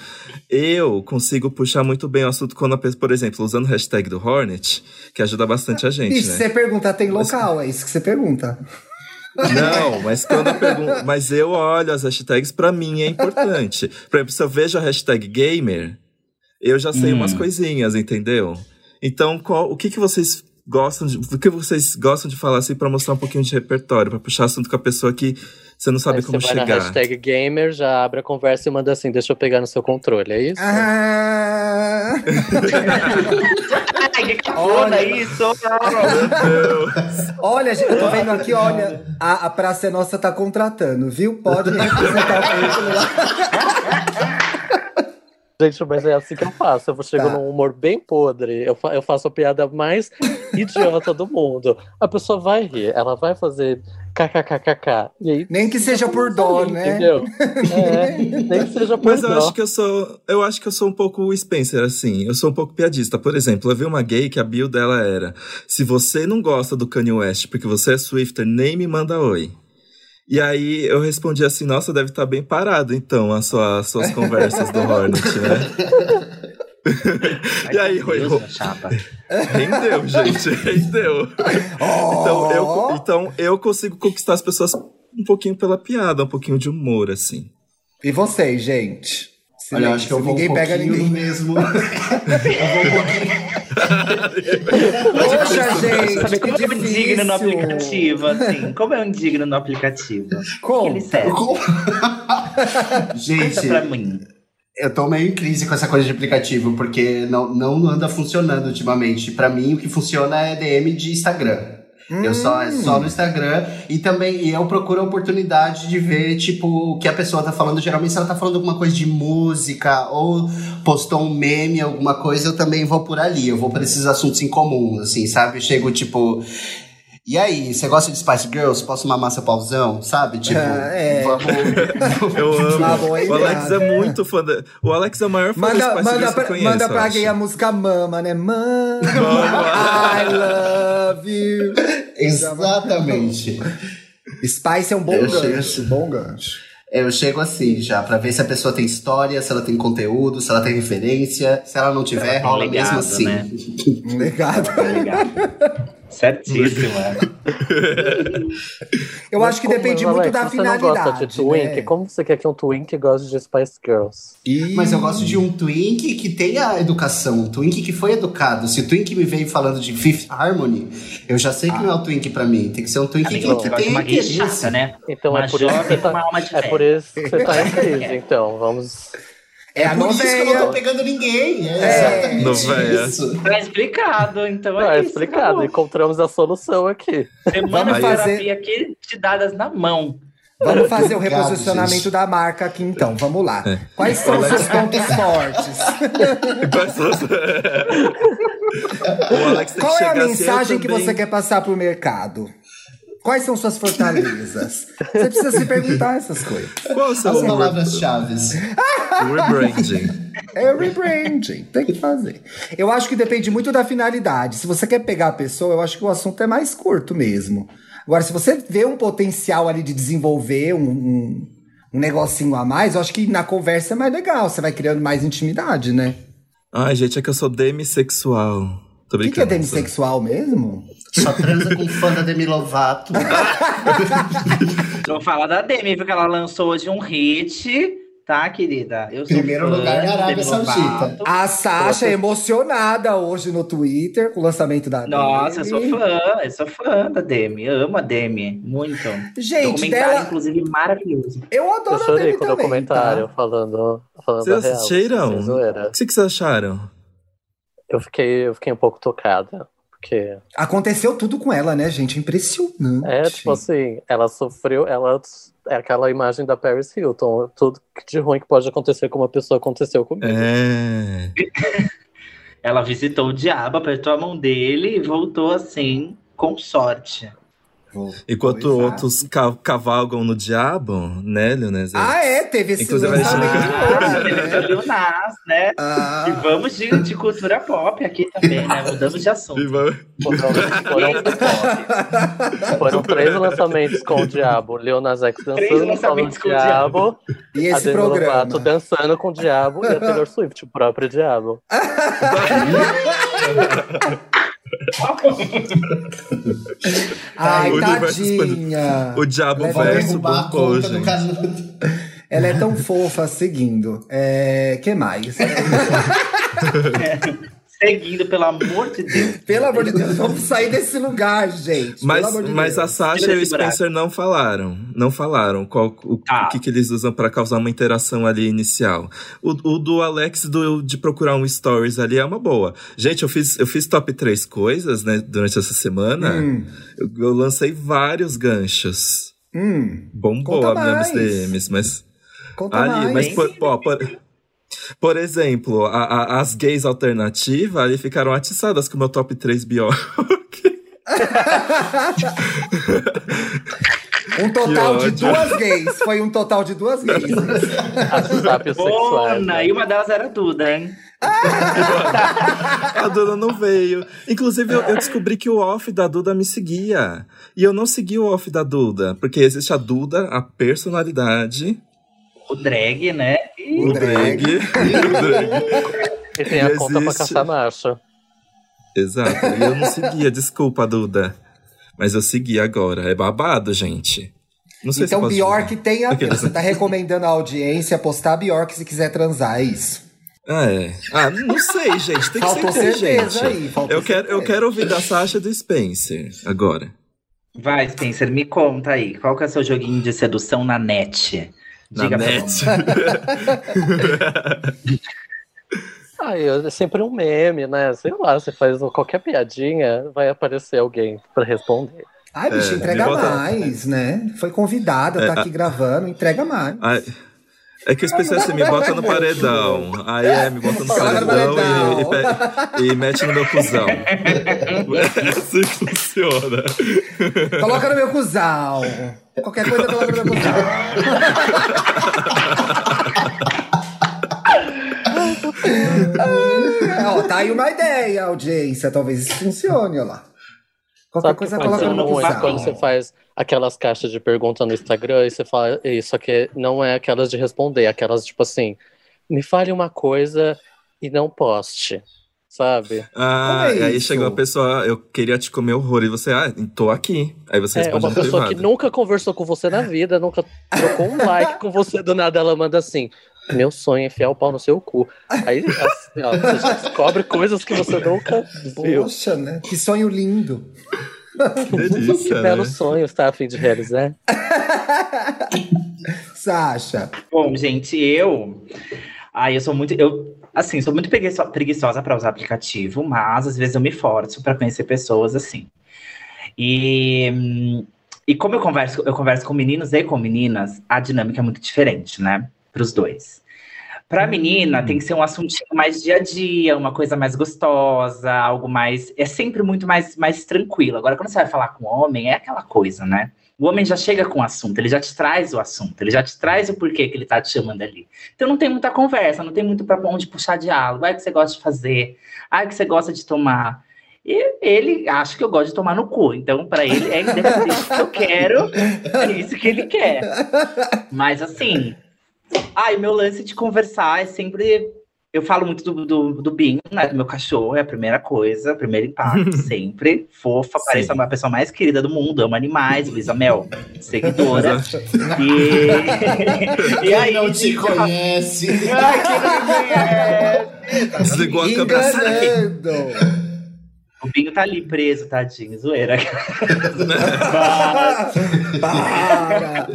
B: Eu consigo puxar muito bem o assunto quando a pessoa, por exemplo, usando o hashtag do Hornet, que ajuda bastante a gente,
A: Bicho,
B: né?
A: você pergunta, tem local, é isso que você pergunta.
B: Não, mas quando eu pergunto. Mas eu olho as hashtags, pra mim é importante. Por exemplo, se eu vejo a hashtag gamer, eu já sei
E: Hum.
B: umas coisinhas, entendeu? Então, qual- o que, que vocês gostam de. O que vocês gostam de falar assim pra mostrar um pouquinho de repertório, pra puxar assunto com a pessoa que você não sabe
C: Aí
B: como
C: você vai na
B: chegar.
C: hashtag gamer, já abre a conversa e manda assim, deixa eu pegar no seu controle, é isso?
A: Ah,
E: Ai, que cafona isso!
A: olha, gente, eu tô vendo aqui, olha, a, a Praça é Nossa tá contratando, viu? Pode representar o currículo lá.
C: Gente, mas é assim que eu faço. Eu vou- chego
A: Tá.
C: num humor bem podre. Eu, fa- eu faço a piada mais idiota do mundo. A pessoa vai rir, ela vai fazer kkkk. E aí.
A: Nem que seja por dó, né?
C: Entendeu? É, nem que seja por
B: Mas eu
C: dó.
B: acho que eu sou. Eu acho que eu sou um pouco o Spencer, assim. Eu sou um pouco piadista. Por exemplo, eu vi uma gay que a bio dela era: Se você não gosta do Kanye West porque você é Swifter, nem me manda oi. E aí eu respondi assim, nossa, deve estar bem parado, então, as sua- as suas conversas do Hornet, né?
E: Ai,
B: E aí,
E: meu Deus, né?
B: Roi,
E: minha chapa.
B: Rendeu, gente, rendeu. Então eu, então eu consigo conquistar as pessoas um pouquinho pela piada, um pouquinho de humor, assim.
A: E vocês, gente?
D: Olha, eu acho que
A: Silêncio,
D: eu vou
A: ninguém
D: um
A: pega
D: pouquinho
A: ninguém.
D: no mesmo. eu vou um pouquinho.
A: Poxa, gente,
C: Tá
E: Sabe como
A: que
E: é um indigno
A: difícil.
E: no aplicativo, assim? Como é um indigno no aplicativo?
A: Como?
E: Ele serve. Conta pra
D: Gente,
E: mim.
D: eu tô meio em crise com essa coisa de aplicativo, porque não, não anda funcionando ultimamente. Pra mim, o que funciona é DM de Instagram.
A: Hum.
D: Eu só, é só no Instagram. E também e eu procuro a oportunidade de ver, tipo, o que a pessoa tá falando. Geralmente, se ela tá falando alguma coisa de música ou postou um meme, alguma coisa, eu também vou por ali. Eu vou pra esses assuntos em comum, assim, sabe? Eu chego, tipo. E aí, você gosta de Spice Girls? Posso mamar seu pauzão? Sabe? Tipo,
A: Ah, é.
D: vamos.
B: Eu amo.
A: Ah, boa
B: o Alex
A: ideia.
B: é muito fã da... O Alex é o maior fã
A: Manda,
B: da
A: manda,
B: que eu
A: pra,
B: conheço,
A: manda
B: eu
A: pra
B: acho.
A: gay a música Mama, né? Mama,
B: Mama.
A: I love you.
D: Exatamente.
A: Spice é um bom
D: Eu
A: gancho,
D: sei.
A: bom gancho.
D: Eu chego assim já, pra ver se a pessoa tem história, se ela tem conteúdo, se ela tem
C: é
D: referência. Se ela não tiver, assim.
E: tem
D: rola
E: legado,
D: mesmo assim.
E: né?
A: Um legado.
E: Tá ligado? Certíssima.
A: Eu
C: Mas
A: acho que
C: como,
A: depende
C: Alex,
A: muito da
C: você
A: finalidade.
C: Não gosta de twink?
A: né?
C: Como você quer que um twink goste de Spice Girls?
A: E-
D: Mas eu gosto de um Twink que tem a educação, um Twink que foi educado. Se o Twink me veio falando de Fifth Harmony, eu já sei que não é o Twink pra mim. Tem que ser um Twink
E: Amigo,
D: que, que
E: eu gosto de
D: tem
E: uma gay
D: interesse.
E: chata, né?
C: Então
E: Uma
C: é por isso que
E: jovem
C: você
E: com uma
C: tá,
E: alma de
C: é
E: fé.
C: por isso que você tá em crise. Então, vamos.
A: É a
D: Por isso que eu não tô
A: novela.
D: pegando ninguém. É, exatamente
B: Noveia.
D: isso.
E: Tá explicado, então
C: Ah,
E: é,
C: é
E: isso,
C: explicado,
E: acabou.
C: encontramos a solução aqui.
E: Semana
A: Vamos
E: de
A: fazer-
E: terapia aqui te dadas na mão.
A: Vamos fazer o
D: Obrigado,
A: reposicionamento
D: gente. É.
A: da marca aqui então. Vamos lá. Quais são os seus pontos fortes?
B: O Alex tem
A: Qual é a
B: chegar assim, eu
A: mensagem que
B: também-
A: você quer passar pro mercado? Quais são suas fortalezas? Você precisa se perguntar essas coisas.
B: Qual é o seu
D: As
B: re-
D: palavras-chave.
B: rebranding?
A: É rebranding, tem que fazer. Eu acho que depende muito da finalidade. Se você quer pegar a pessoa, eu acho que o assunto é mais curto mesmo. Agora, se você vê um potencial ali de desenvolver um, um, um negocinho a mais, eu acho que na conversa é mais legal, você vai criando mais intimidade, né?
B: Ai, gente, é que eu sou demissexual. Tô
A: O que, que é
B: brincando.
A: demissexual mesmo?
D: Só transa com fã da Demi Lovato.
E: Vou falar da Demi, viu? Que ela lançou hoje um hit, tá, querida? Eu sou
D: Primeiro
E: fã
D: lugar na
E: de
D: Arábia
E: Demi
D: Saudita.
E: Lovato. Ah,
A: A Sasha é emocionada hoje no Twitter com o lançamento da
E: Nossa, eu sou
A: Demi.
E: fã, eu sou fã da Demi, eu amo a Demi, muito.
A: Gente,
E: Documentário,
A: dela,
E: inclusive, maravilhoso.
A: eu
C: Eu
A: adoro a
C: chorei
A: Demi
C: com o
A: também,
C: documentário
A: tá?
C: falando, falando
B: Vocês
C: a real. assim,
B: assistiram?
C: sem zoeira.
B: O que que vocês acharam?
C: Eu fiquei, eu fiquei um pouco tocada. Porque
A: Aconteceu tudo com ela, né, gente? Impressionante.
C: é, tipo assim, ela sofreu, ela é aquela imagem da Paris Hilton. Tudo de ruim que pode acontecer com uma pessoa aconteceu comigo.
B: É.
E: Ela visitou o diabo, apertou a mão dele e voltou assim, com sorte.
B: Enquanto
A: Pois é.
B: outros ca- cavalgam no diabo, né, Leonese?
A: Ah, é, teve esse
B: Inclusive,
E: Ah,
A: lançamento hoje, né?
E: teve o Nas, né? E
A: Ah,
E: vamos de, de cultura pop aqui também, né? Mudamos de assunto.
B: Viva-
C: Foram, foram- foram três lançamentos com o Diabo. Lil Nas X
E: Três
C: dançando com o
E: lançamentos com o
C: Diabo,
A: e
C: a
A: esse
C: Demi
A: programa?
C: Lovato um dançando com o Diabo e a Taylor Swift, o próprio Diabo.
A: Ai,
B: O universo
A: tadinha.
B: O diabo
A: Leva
D: Vou
B: verso
D: derrubar a
B: bancou,
D: conta do
B: gente.
D: canal.
A: Ela é tão fofa, seguindo. É, que mais?
E: Seguindo, pelo amor de Deus.
A: Pelo amor de Deus, vamos sair desse lugar, gente.
B: Mas,
A: Pelo amor de
B: mas assim, a
A: Deus.
B: Sasha
E: Tira
B: e o
E: esse buraco.
B: Spencer não falaram. Não falaram qual, o,
E: Tá.
B: o que, que eles usam pra causar uma interação ali inicial. O, o do Alex do, de procurar um stories ali é uma boa. Gente, eu fiz, eu fiz top três coisas né, durante essa semana.
A: Hum,
B: Eu, eu lancei vários ganchos.
A: hum,
B: Bombou
A: Conta
B: a minha
A: mais.
B: nos DMs, mas.
A: conta
B: Ali,
A: mais.
B: mas por, ó, por, por exemplo, a- a- as gays alternativas ali ficaram atiçadas com o meu top 3 bio.
A: Um total
B: Que
A: de
B: ódio.
A: duas gays. Foi um total de duas gays.
C: As sábios sexuais.
E: Bona,
C: né?
E: e uma delas era a Duda, hein?
B: A Duda não veio. Inclusive, eu, eu descobri que o off da Duda me seguia. E eu não segui o off da Duda, porque existe a Duda, a personalidade,
E: O drag, né? E
B: o drag. o drag.
C: E tem a
B: Não
C: conta pra
B: existe.
C: caçar marcha.
B: Exato. E eu não seguia, desculpa, Duda. Mas eu segui agora. É babado, gente. Não sei se
A: Então,
B: eu posso
A: Bjork tem a.
B: Aqueles-
A: Você tá recomendando a audiência postar Bjork se quiser transar, é isso?
B: Ah, é. Ah, não sei, gente. Tem que
A: Faltou
B: ser
A: certeza
B: gente.
A: aí, faltou
B: eu, quero, eu
A: certeza.
B: quero ouvir da Sasha e do Spencer agora.
E: Vai, Spencer, me conta aí. Qual que é o seu joguinho de sedução na net?
B: Na
E: Diga pra
B: net.
C: Ah, eu- é sempre um meme, né? Sei lá, você faz qualquer piadinha, vai aparecer alguém pra responder.
A: Ai, bicho,
B: É,
A: entrega
B: me bota- É,
A: mais, né? Foi convidada, tá aqui gravando, entrega mais.
B: Ai, é que o Spencer assim, me bota no paredão. Aí é, me bota no
A: Coloca no
B: paredão e, e pe- e mete no meu cuzão. É assim que funciona.
A: Coloca no meu cuzal. Qualquer coisa, coloca no meu cuzal. É, ó, tá aí uma ideia, audiência. Talvez isso funcione, ó lá. Qualquer
C: Sabe o
A: coisa,
C: que um
A: coloca no
C: funciona
A: meu
C: muito é quando
A: cuzal.
C: você faz aquelas caixas de pergunta no Instagram e você fala isso aqui não é aquelas de responder, é aquelas tipo assim, me fale uma coisa e não poste. sabe?
B: Ah,
A: Como é
B: aí
A: isso?
B: chegou a pessoa, eu queria te comer horror, e você, ah, tô aqui. Aí você
C: É,
B: responde
C: uma
B: no
C: pessoa que
B: privado.
C: nunca conversou com você na vida, nunca trocou um like com você, do nada ela manda assim: Meu sonho é enfiar o pau no seu cu. Aí assim, ó, você já descobre coisas que você nunca viu.
A: Poxa, né? Que sonho lindo.
C: Que
B: Delícia,
C: belo
B: né?
C: sonho está a fim de realizar.
A: Sasha,
E: Bom, gente, eu. Ai, eu sou muito. Eu, assim, sou muito preguiço- preguiçosa para usar aplicativo, mas às vezes eu me forço para conhecer pessoas assim. E. hum, E como eu converso, eu converso com meninos e com meninas, a dinâmica é muito diferente, né? Para os dois. Para menina, tem que ser um assuntinho mais dia a dia, uma coisa mais gostosa, algo mais. É sempre muito mais, mais tranquilo. Agora, quando você vai falar com homem, é aquela coisa, né? O homem já chega com o assunto, ele já te traz o assunto, ele já te traz o porquê que ele tá te chamando ali. Então não tem muita conversa, não tem muito pra onde puxar diálogo. Ai, o que você gosta de fazer? Ai, o que você gosta de tomar? E ele acha que eu gosto de tomar no cu. Então, pra ele, é independente do que eu quero, é isso que ele quer. Mas assim, ai, meu lance de conversar é sempre. Eu falo muito do, do, do Binho, né? Do meu cachorro, é a primeira coisa, o primeiro impacto, sempre. Fofa,
B: Sim.
E: parece a pessoa mais querida do mundo, ama animais, Luísa Mel,
C: né?
E: seguidora. E, e aí. tipo,
D: Quem não te
E: gente,
D: conhece.
E: Ai, que não me conhece.
B: Desligou a câmera, sai!
A: enganando.
E: O Binho tá ali preso, tadinho, zoeira.
A: Para.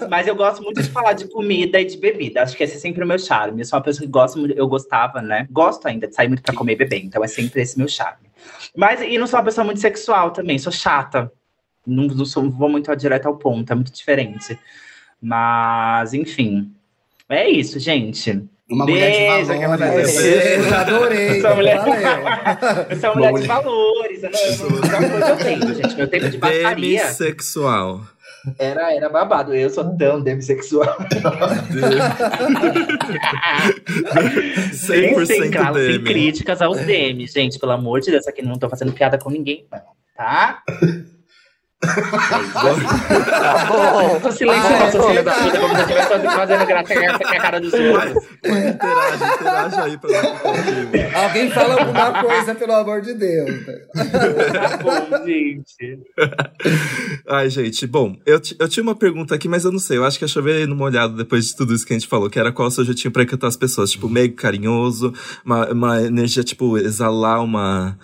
E: Mas, mas eu gosto muito de falar de comida e de bebida. Acho que esse é sempre o meu charme. Eu sou uma pessoa que gosta muito, eu gostava, né? Gosto ainda de sair muito pra comer e beber, então é sempre esse meu charme. Mas e não sou uma pessoa muito sexual também, sou chata. Não, não sou, vou muito direto ao ponto, é muito diferente. Mas, enfim. É isso, gente.
D: Uma mulher de
E: Beijo, aquela
D: valores.
E: mulher.
A: Beleza, adorei.
E: Essa mulher-
B: é
A: Valeu.
E: Eu sou uma mulher de valores. Eu não, eu não, eu não, eu tenho, gente. Meu tempo de
A: né?
E: baixaria
B: Demissexual.
E: era, era babado. Eu sou tão demissexual. sem,
B: 100%
E: claro, sem
B: DM.
E: críticas aos DM, gente. Pelo amor de Deus, aqui não tô fazendo piada com ninguém, não, tá?
C: Tá bom.
E: Tô silêncio,
A: Ah,
E: ah, nossa,
A: é
E: filha da puta, como se eu estivesse fazendo- fazendo graça com a cara dos outros.
B: Interage, interage aí pra tá dar compartilho.
A: Alguém fala alguma coisa, pelo amor de Deus.
E: Tá bom, gente.
B: Ai, gente, bom, eu, ti- eu tinha uma pergunta aqui, mas eu não sei. Eu acho que ia chover no molhado depois de tudo isso que a gente falou, que era qual o seu jeitinho pra encantar as pessoas. Tipo, meio carinhoso, uma, uma energia, tipo, exalar uma,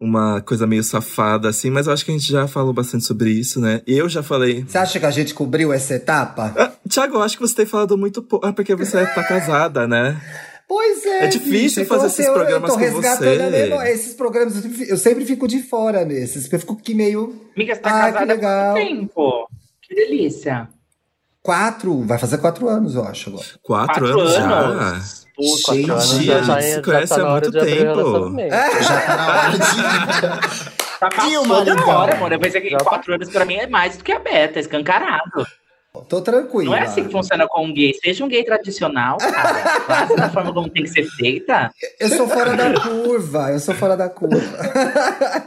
B: uma coisa meio safada, assim. Mas eu acho que a gente já falou bastante sobre isso, né? E eu já falei.
A: Você acha que a gente cobriu essa etapa?
B: Ah, Tiago, eu acho que você tem falado muito pouco. Ah, porque você tá casada, né?
A: Pois é.
B: É difícil
A: bicho,
B: fazer
A: eu-
B: esses
A: eu-
B: programas
A: eu tô
B: com
A: resgatando
B: você.
A: a memória. Esses programas, eu sempre- eu sempre fico de fora nesses, porque eu fico que meio
E: Amiga, você tá
A: Ah, que
E: casada há
A: legal.
E: quanto tempo? Que delícia.
A: quatro, vai fazer quatro anos, eu acho. Agora.
B: Quatro,
E: Quatro
B: anos, já.
E: anos. Pô,
D: Gente,
E: quatro anos.
B: Gente,
C: já,
B: se
C: tá já
B: conhece
C: tá
B: há
C: na hora
B: muito
C: de abrir o
B: tempo.
C: relacionamento.
D: Já tá na hora de.
E: Tá
D: E o
E: passando
D: maridão?
E: agora, amor. Eu pensei que
C: Já tá-
E: quatro anos pra mim é mais do que a beta, é escancarado.
A: Tô tranquilo.
E: Não é assim que funciona com um gay. Seja um gay tradicional, cara. Faça da forma como tem que ser feita.
A: Eu sou fora da curva, eu sou fora da curva.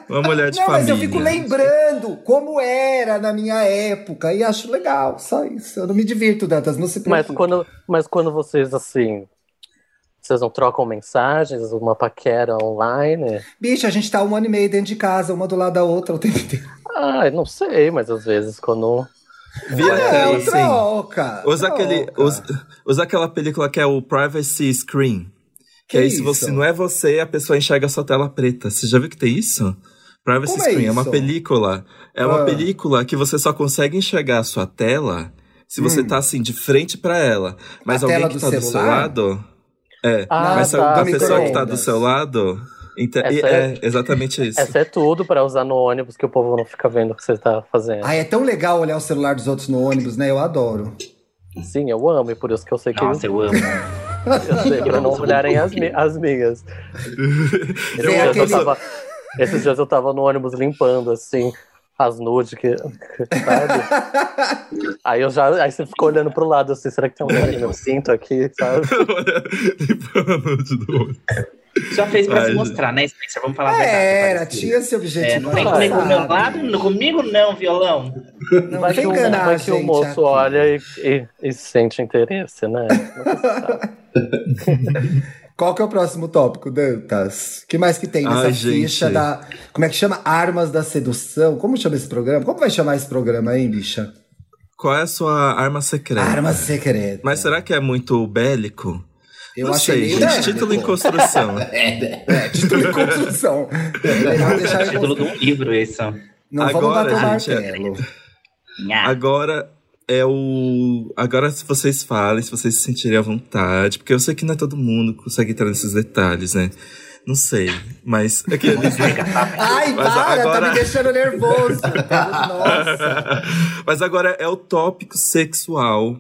B: Uma mulher É de
A: Não, mas
B: família. né?
A: eu fico lembrando como era na minha época e acho legal, só isso. Eu não me divirto, Dantas, não se
C: Mas
A: preocupe.
C: quando, mas quando vocês, assim. Vocês não trocam mensagens, uma paquera online?
A: Bicho, a gente tá um ano e meio dentro de casa, uma do lado da outra o tempo inteiro.
C: Ah, eu não sei, mas às vezes quando.
B: Vira
A: Não,
B: aquela, assim.
A: É, troca.
B: Usa, aquele,
A: troca.
B: usa, usa aquela película que é o Privacy Screen. Que, aí, se
A: isso?
B: você não é você, a pessoa enxerga a sua tela preta. Você já viu que tem isso? Privacy
A: Como é
B: Screen é, uma
A: isso?
B: película. É uma
A: Ah.
B: película que você só consegue enxergar a sua tela se você
A: Hum.
B: tá assim, de frente pra ela. Mas
A: A
B: alguém
A: tela
B: que
A: do
B: tá do seu
A: celular?
B: lado. É.
C: Ah,
B: mas
C: tá,
B: a
A: do
B: pessoa que tá do
A: micro-ondas.
B: seu lado. inte- e-
C: Essa
B: é,
C: é-
B: exatamente isso.
C: Essa é tudo pra usar no ônibus que o povo não fica vendo o que você tá fazendo.
A: Ai, é tão legal olhar o celular dos outros no ônibus, né? Eu adoro.
C: Sim, eu amo, e por isso que eu sei que
E: Nossa, eu amo.
C: eu sei pra não olharem as, mi- as minhas.
B: É
C: Esses
A: Tem
C: dias,
A: aquele-
C: eu tava, esses dias eu tava no ônibus limpando, assim, as nudes que. que- Sabe? Aí eu já. Aí você ficou olhando pro lado assim, será que tem um cara no meu cinto aqui, sabe?
B: Olha, limpando de novo.
E: Só fez pra se mostrar, né, Spencer? Vamos
B: É
E: falar a verdade.
A: É, era,
E: parece.
A: tinha esse
E: É,
A: objetivo.
E: não tem
A: ela
E: comigo
A: sabe.
E: meu lado, não- comigo não, violão.
A: Não
C: Vai
A: vai
C: que, o,
A: enganar
C: vai
A: a
C: que o
A: gente
C: moço
A: aqui.
C: olha e, e- e sente interesse, né?
A: Qual que é o próximo tópico, Dantas? O que mais que tem nessa
B: Ai,
A: ficha
B: gente.
A: da. Como é que chama? Armas da Sedução? Como chama esse programa? Como vai chamar esse programa, hein, bicha?
B: Qual é a sua arma secreta?
A: Arma secreta.
B: É. Mas será que é muito bélico?
A: Eu
B: não
A: achei
B: sei,
A: meio
B: gente.
A: bélico.
B: Título em construção.
D: É, né?
A: É, título em construção. É Melhor deixar em
E: Título de
A: construção.
E: um livro, isso.
A: Não
B: Agora,
A: vamos bater o
B: gente, é-
A: martelo.
E: Nha.
B: Agora é o. Agora, se vocês falem, se vocês se sentirem à vontade, porque eu sei que não é todo mundo que consegue entrar nesses detalhes, né? Não sei, mas. é Aqueles,
A: Ai,
B: Mas
A: para, tá
B: agora-
A: me deixando nervoso. Nossa.
B: Mas agora é o tópico sexual.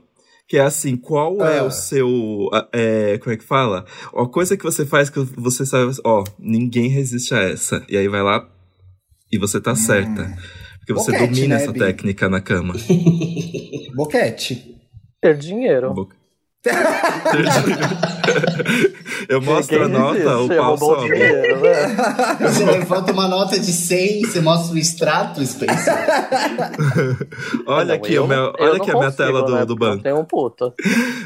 B: Que é assim, qual é
A: Ah.
B: o seu. a- é, como é que fala? Uma coisa que você faz que você sabe. Ó, ninguém resiste a essa. E aí vai lá e você tá certa. Porque você
A: Hum. Boquete,
B: domina
A: né,
B: essa
A: Bi?
B: técnica na cama.
A: Boquete.
C: Ter
A: Então.
C: dinheiro.
B: Boca. Eu mostro a
C: Ninguém resiste,
B: nota, o
C: é um
B: pau
C: bom
B: sobe.
C: dinheiro, né?
D: Você levanta uma nota de 100 você mostra o extrato, Spencer.
B: Olha
C: Não,
B: aqui,
C: eu
B: o meu,
C: não- eu
B: olha
C: não
B: aqui a minha
C: consigo,
B: tela do,
C: né?
B: do
C: Porque eu
B: banco.
C: tenho um puto.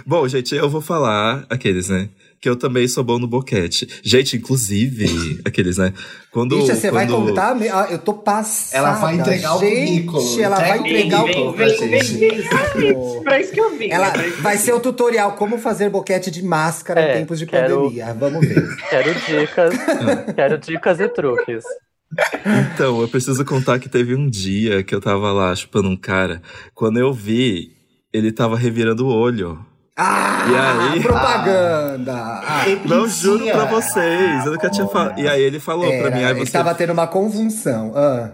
B: Bom, gente, eu vou falar aqueles, né? Que eu também sou bom no boquete. Gente, inclusive, aqueles, né? Quando.
A: Bicha, você vai
B: quando-
A: contar? me- ah, Eu tô passada.
D: Ela vai entregar o
A: gente,
D: currículo. é
A: Ela vai
D: Vem,
A: entregar
E: vem,
A: o
E: vem, vem,
A: currículo.
E: Pra isso que eu vi.
A: Ela
E: né? Pra isso que
A: vai
E: eu vi.
A: ser o tutorial como fazer boquete de máscara
C: É,
A: em tempos de
C: quero-
A: pandemia. Ah, Vamos ver.
C: Quero dicas. quero dicas e truques.
B: Então, eu preciso contar que teve um dia que eu tava lá chupando um cara. Quando eu vi, ele tava revirando o olho.
A: Ah,
B: E aí?
A: propaganda. Ah,
B: Não juro pra vocês, eu nunca tinha falado. E aí ele falou
A: era,
B: pra mim, aí
A: ele
B: você
A: estava tendo uma convulsão. Ah.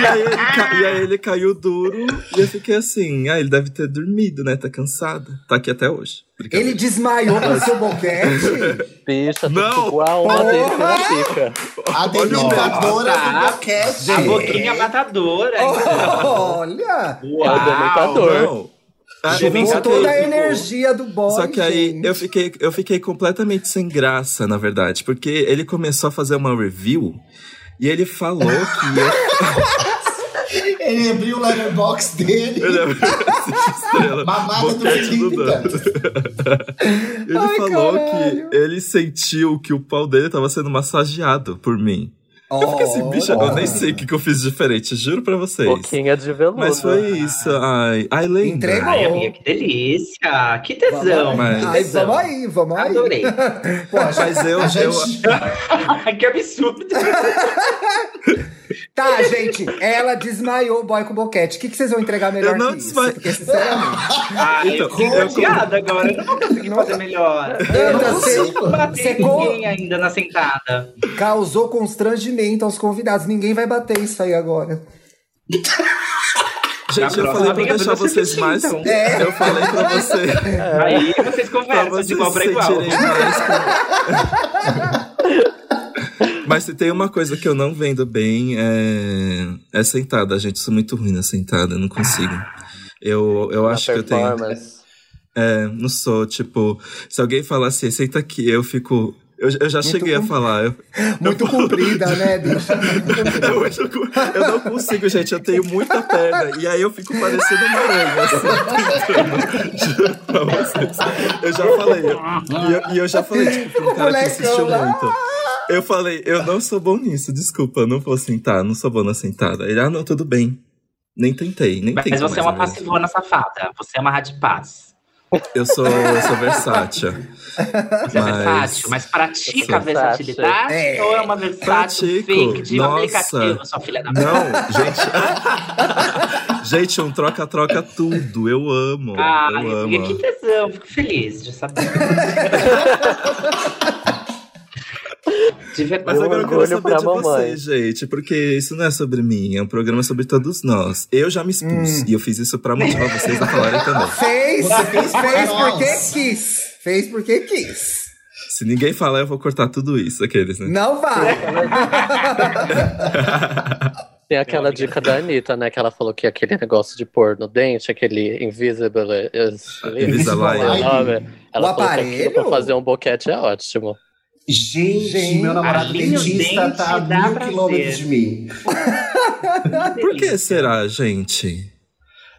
B: E aí, ele ca- e aí ele caiu duro e eu fiquei assim, ah, ele deve ter dormido, né? Tá cansado. Tá aqui até hoje. Brincadeira.
A: Ele desmaiou com seu boquete?
C: Bicha, tudo
B: Não!
C: igual uma
A: Porra!
C: dentro uma pica.
D: A dementadora do boquete.
E: A boquinha matadora.
A: Oh.
E: né?
A: Olha!
C: É o
B: tá
C: dementador.
B: Não. Ah, eu
A: Jogou
B: fiquei-
A: toda a energia do boy,
B: Só que aí
A: gente.
B: eu fiquei, eu fiquei completamente sem graça, na verdade, porque ele começou a fazer uma review e ele falou que eu
D: Ele abriu o letterbox dele.
B: Ele é estrela.
D: Mamada do
B: Boquete
D: Felipe
B: do Dantas. Ele
A: Ai,
B: falou
A: caralho.
B: que ele sentiu que o pau dele tava sendo massageado por mim. Eu fiquei assim, bicha, eu nem sei o que, que eu fiz diferente, juro pra vocês.
C: Boquinha é de veludo.
B: Mas foi isso. Ai, ai lembra.
A: Entregou.
E: Ai, amiga, que delícia. Que
B: Vamos
E: tesão.
A: né? Ai, vamos aí, vamos aí.
E: Adorei.
B: Mas eu,
D: A
B: eu,
D: gente...
E: que absurdo.
A: Tá, gente, ela desmaiou o boy com o boquete. O que, que vocês vão entregar melhor
B: Eu não
A: que isso?
B: desmaiei.
A: Porque, sinceramente,
E: Ai,
B: Então,
E: eu fiquei
B: eu-
E: rodeada agora. Eu não vou conseguir fazer melhor.
A: Eu não
E: consigo
D: consigo.
E: bater
A: Você
E: ninguém ainda na sentada.
A: causou constrangimento aos convidados. Ninguém vai bater isso aí agora.
E: Na
B: gente, eu
E: próxima,
B: falei pra
E: amiga,
B: deixar
E: eu vou
B: vocês
E: é assistir,
B: mais.
E: então.
A: É.
B: Eu falei pra você.
E: Aí vocês
B: É. Pra
E: conversam
B: vocês
E: de igual pra
B: se
E: igual.
B: sentirem mais com- Mas se tem uma coisa que eu não vendo bem é, é sentada, gente. Sou muito ruim na sentada, eu não consigo. Eu, eu acho que eu tenho. É, não sou, tipo, se alguém falar assim, senta aqui, eu fico. Eu, eu já cheguei a falar. Eu,
A: Muito comprida, né, bicha? Muito comprida.
B: eu, acho que eu- É eu não consigo, gente. Eu tenho muita perna. E aí eu fico parecendo uma aranha. Assim, tentando. Juro pra vocês. Eu já falei. eu- E eu, e eu já falei, tipo, pra um cara que
A: molecão
B: insistiu
A: lá.
B: muito. Eu falei, eu não sou bom nisso, desculpa, eu não vou sentar, não sou bom na sentada. Ele, ah, não, tudo bem. Nem tentei, nem tentei.
E: Mas você é uma passivona safada. Você é uma rádio paz.
B: Eu sou, eu sou versátil.
E: Você é
B: Mas-
E: versátil, mas pratica a
B: Versátil.
E: versatilidade
A: É.
E: ou é uma versátil
B: Pratico.
E: fake de um
B: Nossa.
E: aplicativo, sua filha da mãe?
B: Não, gente. gente, um troca-troca tudo. Eu amo.
E: Ai,
B: eu
E: amiga, Ah, que
B: amo.
E: tesão. Fico feliz de saber. de
B: Mas
E: verdade.
B: agora eu quero
C: orgulho
B: saber
C: pra
B: de
C: mamãe.
B: vocês, gente, porque isso não é sobre mim, é um programa sobre todos nós. Eu já me expus e eu fiz isso pra motivar vocês a falarem também.
A: Fez,
D: Você fez
A: fez
D: pra
A: porque
D: nós.
A: quis. Fez porque quis.
B: Se ninguém falar, eu vou cortar tudo isso, aqueles, né?
A: Não vai.
C: Tem aquela dica da Anitta, né? Que ela falou que aquele negócio de pôr no dente, aquele invisible. is-
B: Invisalign.
C: Como é o nome? Ela
A: O
C: falou que
A: aparelho?
C: aquilo pra fazer um boquete é ótimo.
D: Gente,
A: Gente,
D: meu namorado
E: ali o
D: dentista
E: dente
D: tá a
E: dá
D: mil
E: pra
D: quilômetros
E: ver.
D: de mim.
B: Por que será, gente?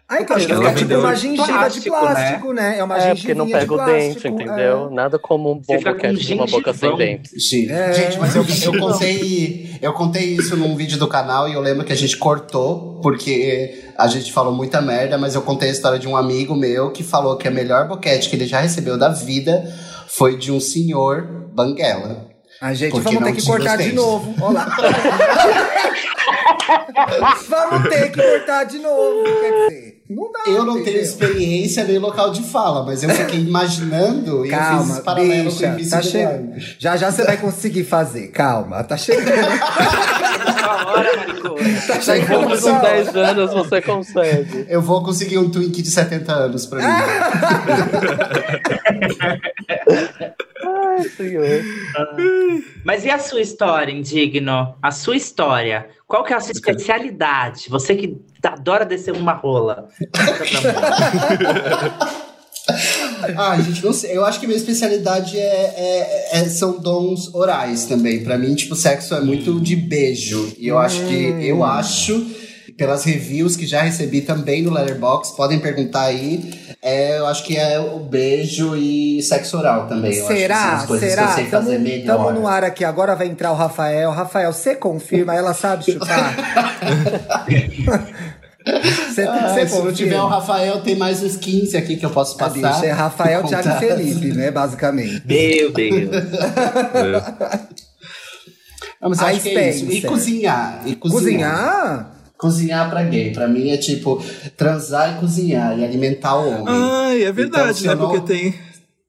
A: Ai, então
B: Acho que
A: fica
B: ela
A: tipo
B: vendeu
A: uma
B: de
A: gengiva de
E: plástico,
A: plástico, né? É uma
C: é, porque
A: gengivinha
C: não
A: de
C: pega o dente,
A: plástico, é.
C: entendeu? Nada como um bom
E: fica com
C: boquete de uma boca sem
E: gengivão.
C: dente.
D: Gente,
A: É.
D: gente, mas eu, eu contei, eu contei isso num vídeo do canal e eu lembro que a gente cortou, porque a gente falou muita merda, mas eu contei a história de um amigo meu que falou que a melhor boquete que ele já recebeu da vida foi de um senhor banguela.
A: A gente,
D: Porque
A: vamos
D: não
A: ter que
D: tinha
A: cortar
D: os
A: de
D: dentes.
A: novo. Olha lá. vamos ter que cortar de novo. Quer dizer, não dá.
D: Eu não tenho
A: entendeu?
D: experiência nem local de fala, mas eu fiquei imaginando e eu fiz
A: Calma,
D: esse paralelo com o
A: bicha,
D: Invisible
A: tá
D: Line.
A: chegando. Já já você vai conseguir fazer. Calma, tá chegando.
E: Hora, maricona.
A: Tá
D: Tá em
A: chegando.
C: Depois
D: Vamos
C: com
A: essa
D: lá.
C: 10 anos você consegue.
D: Eu vou conseguir um Twink de 70 anos pra mim.
C: Ai, senhor.
E: Mas e a sua história, Indigno? A sua história. Qual que é a sua especialidade? Você que adora descer uma rola. Conta pra nós.
D: Ah, gente, não sei. Eu acho que minha especialidade é, é- é- são dons orais também. Pra mim, tipo, sexo é muito de beijo. E eu acho que
A: Hum.
D: eu acho pelas reviews que já recebi também no Letterbox, podem perguntar aí. é, eu acho que é o beijo e sexo oral também. Eu Acho que são
A: Será?
D: as coisas que eu
A: Será?
D: sei fazer melhor.
A: Estamos no ar aqui. Agora vai entrar o Rafael. Rafael, você confirma? Ela sabe chutar? Você
D: Ah,
A: você
D: se não
A: confirma?
D: tiver o Rafael, tem mais uns 15 aqui que eu posso
A: Ah,
D: passar.
A: bicho, é Rafael, Thiago e
D: Contar.
A: Felipe, né? Basicamente.
E: Meu Deus.
D: Não, mas eu
A: A
D: acho que é isso. E
A: experiência.
D: cozinhar. E cozinhar.
A: Cozinhar?
D: Cozinhar pra gay, pra mim é tipo transar e cozinhar e alimentar o homem.
B: Ai, é verdade,
D: se eu
B: né? Porque
D: não-
B: tem.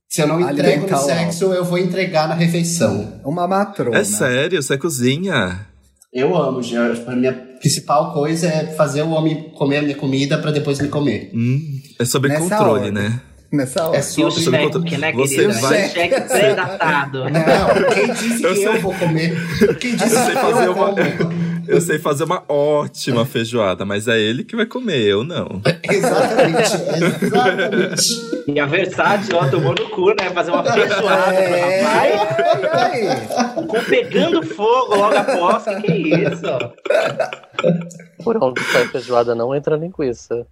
D: Se eu não entrego
A: Alimentar
D: no
A: o
D: sexo, eu vou entregar na refeição.
A: Uma matrona.
B: É sério, você cozinha?
D: Eu amo, gente. A minha principal coisa é fazer o homem comer a minha comida pra depois me comer.
B: Hum, é sobre
A: Nessa
B: controle,
A: ordem.
B: né?
A: Nessa hora.
D: É
E: E o
D: sobre.
B: sobre conta-
E: cheque, né,
B: você
E: querida?
B: vai-
E: Cheque pré-datado.
D: Não, quem disse
B: Eu
D: que eu
B: sei.
D: vou comer? Quem disse
B: Eu sei
D: que
B: fazer
D: eu
B: uma-
D: como?
B: Eu sei fazer uma ótima feijoada, mas é ele que vai comer, eu não.
D: Exatamente, exatamente.
E: E a Versace, ó, tomou no cu, né? Fazer uma feijoada.
A: É,
E: Vai,
A: ai, ai.
E: o cu pegando fogo logo após. Que que é isso?
C: Por onde sai feijoada não entra linguiça.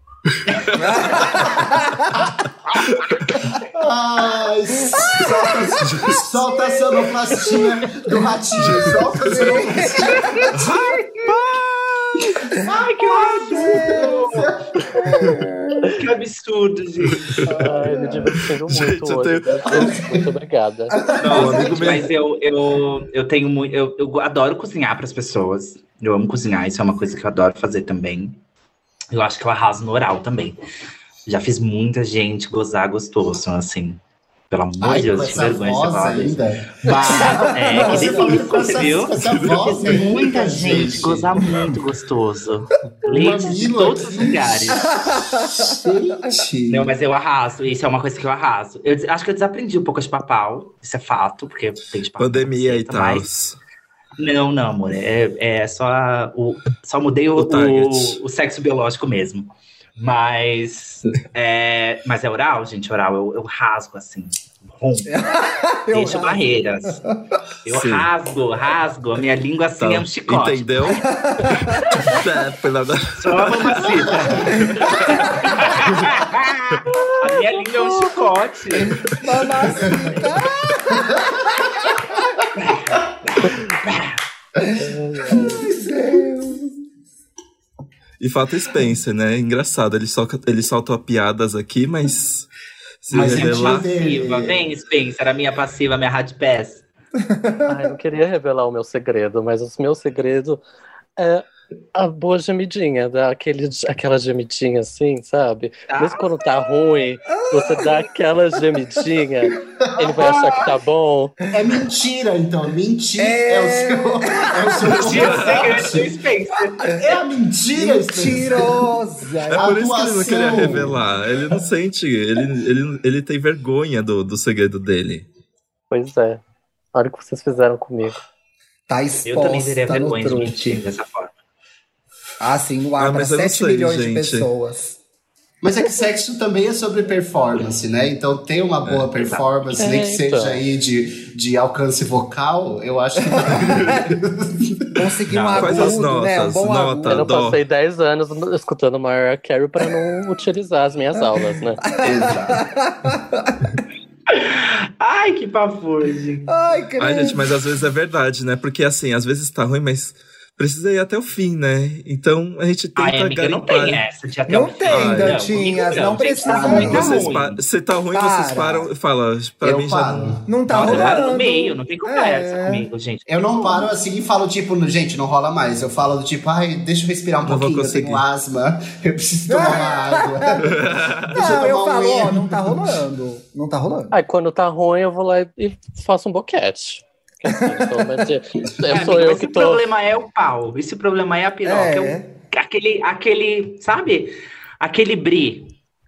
D: Ai, solta, solta a sonoplastia do ratinho, solta a sonoplastia.
E: Ai, que absurdo! que absurdo, gente.
C: Ai, me divertindo muito
B: Gente, eu
C: hoje. Muito obrigada.
B: Não,
E: Nossa,
B: amigo
E: gente,
B: meu-
E: mas eu, eu, eu tenho muito. Eu, eu adoro cozinhar pras pessoas. Eu amo cozinhar, isso é uma coisa que eu adoro fazer também. Eu acho que eu arraso no oral também. Já fiz muita gente gozar gostoso, assim. Pelo amor
D: Ai,
E: de
D: com
E: Deus, que
D: essa
E: vergonha de
D: voz
E: falar disso.
D: ainda.
E: Bah, é, que
D: Você falou com
E: delícia,
D: essa,
E: viu?
D: com essa
E: Fiz
D: voz ainda,
E: muita gente gozar muito gostoso. Leite de
D: Mamilo.
E: todos os lugares.
D: Gente.
E: Não, mas eu arraso. Isso é uma coisa que eu arraso. Eu des- acho que eu desaprendi um pouco de papau. Isso é fato, porque tem de papau.
B: Pandemia e
E: caceta,
B: tal.
E: mas- Não, não, amor. É, é só, a- o, só mudei o,
B: O target.
E: o, o sexo biológico mesmo. Mas é, mas é oral, gente. Oral, eu, eu rasgo assim. Rum.
A: Eu
E: Deixo
A: rasgo.
E: barreiras. Eu
B: Sim.
E: rasgo, rasgo. A minha língua assim
B: Tá.
E: é um chicote.
B: Entendeu? Tá, pela-
E: Só a mamacita. a minha língua é um chicote.
A: Mamacita.
B: E fato Spencer, né? Engraçado, ele, soca, ele solta piadas aqui, mas se
E: Mas é
B: revelar.
E: passiva. Vem, Spencer, a minha passiva, a minha hard pass.
C: Ai, não queria revelar o meu segredo, mas o meu segredo é a boa gemidinha, dá aquele, aquela gemidinha assim, sabe?
E: Ah.
C: Mesmo quando tá ruim, você dá aquela gemidinha, ele vai achar que tá bom.
D: É mentira, então. Mentir
A: É.
D: é, o seu. É o seu
E: Segredo do
D: comportamento.
E: Spencer.
D: É a mentira, Spencer.
B: É
A: Mentirosa.
B: por isso que ele não queria
D: Atuação.
B: revelar. Ele não sente. Ele, ele, ele tem vergonha do, do segredo dele.
C: Pois é. Olha o que vocês fizeram comigo.
A: Tá
E: Eu também teria
A: exposta no
E: vergonha de
A: truque.
E: mentir dessa forma.
A: Ah, sim, no ar
B: Ah,
A: pra
B: mas eu não
A: 7
B: sei,
A: milhões de
B: gente.
A: pessoas.
D: Mas é que sexo também é sobre performance, né? Então ter
B: É,
D: uma boa performance,
C: É,
D: nem que seja
C: então.
D: aí de, de alcance vocal, eu acho que.
A: Conseguir um
E: Não,
B: quais as
A: agudo, né? Um
B: notas?
A: bom
B: Nota,
C: Eu não
A: agudo.
B: dó.
C: passei 10 anos escutando Mariah Carey pra não utilizar as minhas aulas, né?
D: Exato.
E: Ai, que pavor, gente.
A: Ai, credo.
B: Ai, gente, mas às vezes é verdade, né? Porque assim, às vezes tá ruim, mas precisa ir até o fim, né? Então a gente tenta
E: Ai, amiga, não
B: garimpar.
E: tem essa. de até
A: um Não
E: o fim.
A: tem,
E: Ai,
A: Dantinhas, não
E: gente,
A: precisa um
E: tá
A: não.
E: muito
B: Vocês
E: ruim.
B: pa- Se tá ruim,
A: Para.
B: vocês param e falam. Pra
D: eu
B: mim já
D: paro.
B: não.
A: Não tá
E: Não, eu paro
A: rolando.
E: no meio, não tem conversa
A: É.
E: comigo, gente.
D: Eu não paro assim e falo, tipo, no- gente, não rola mais. Eu falo do tipo, ai, deixa eu respirar um
B: Não vou
D: pouquinho, eu
B: conseguir.
D: tenho asma, eu preciso tomar uma água. Deixa
A: Não, eu
D: tomar um
A: falo, ó,
D: erro.
A: não tá rolando. Não tá rolando.
C: Aí quando tá ruim, eu vou lá e- e faço um boquete. Porque, assim, sou uma de-
E: Ai,
C: eu é, sou
E: amiga,
C: eu
E: mas
C: que
E: se o
C: tô.
E: É, problema é o pau, e se o problema é a piroca, é o
A: É.
E: aquele, aquele, sabe? Aquele bri.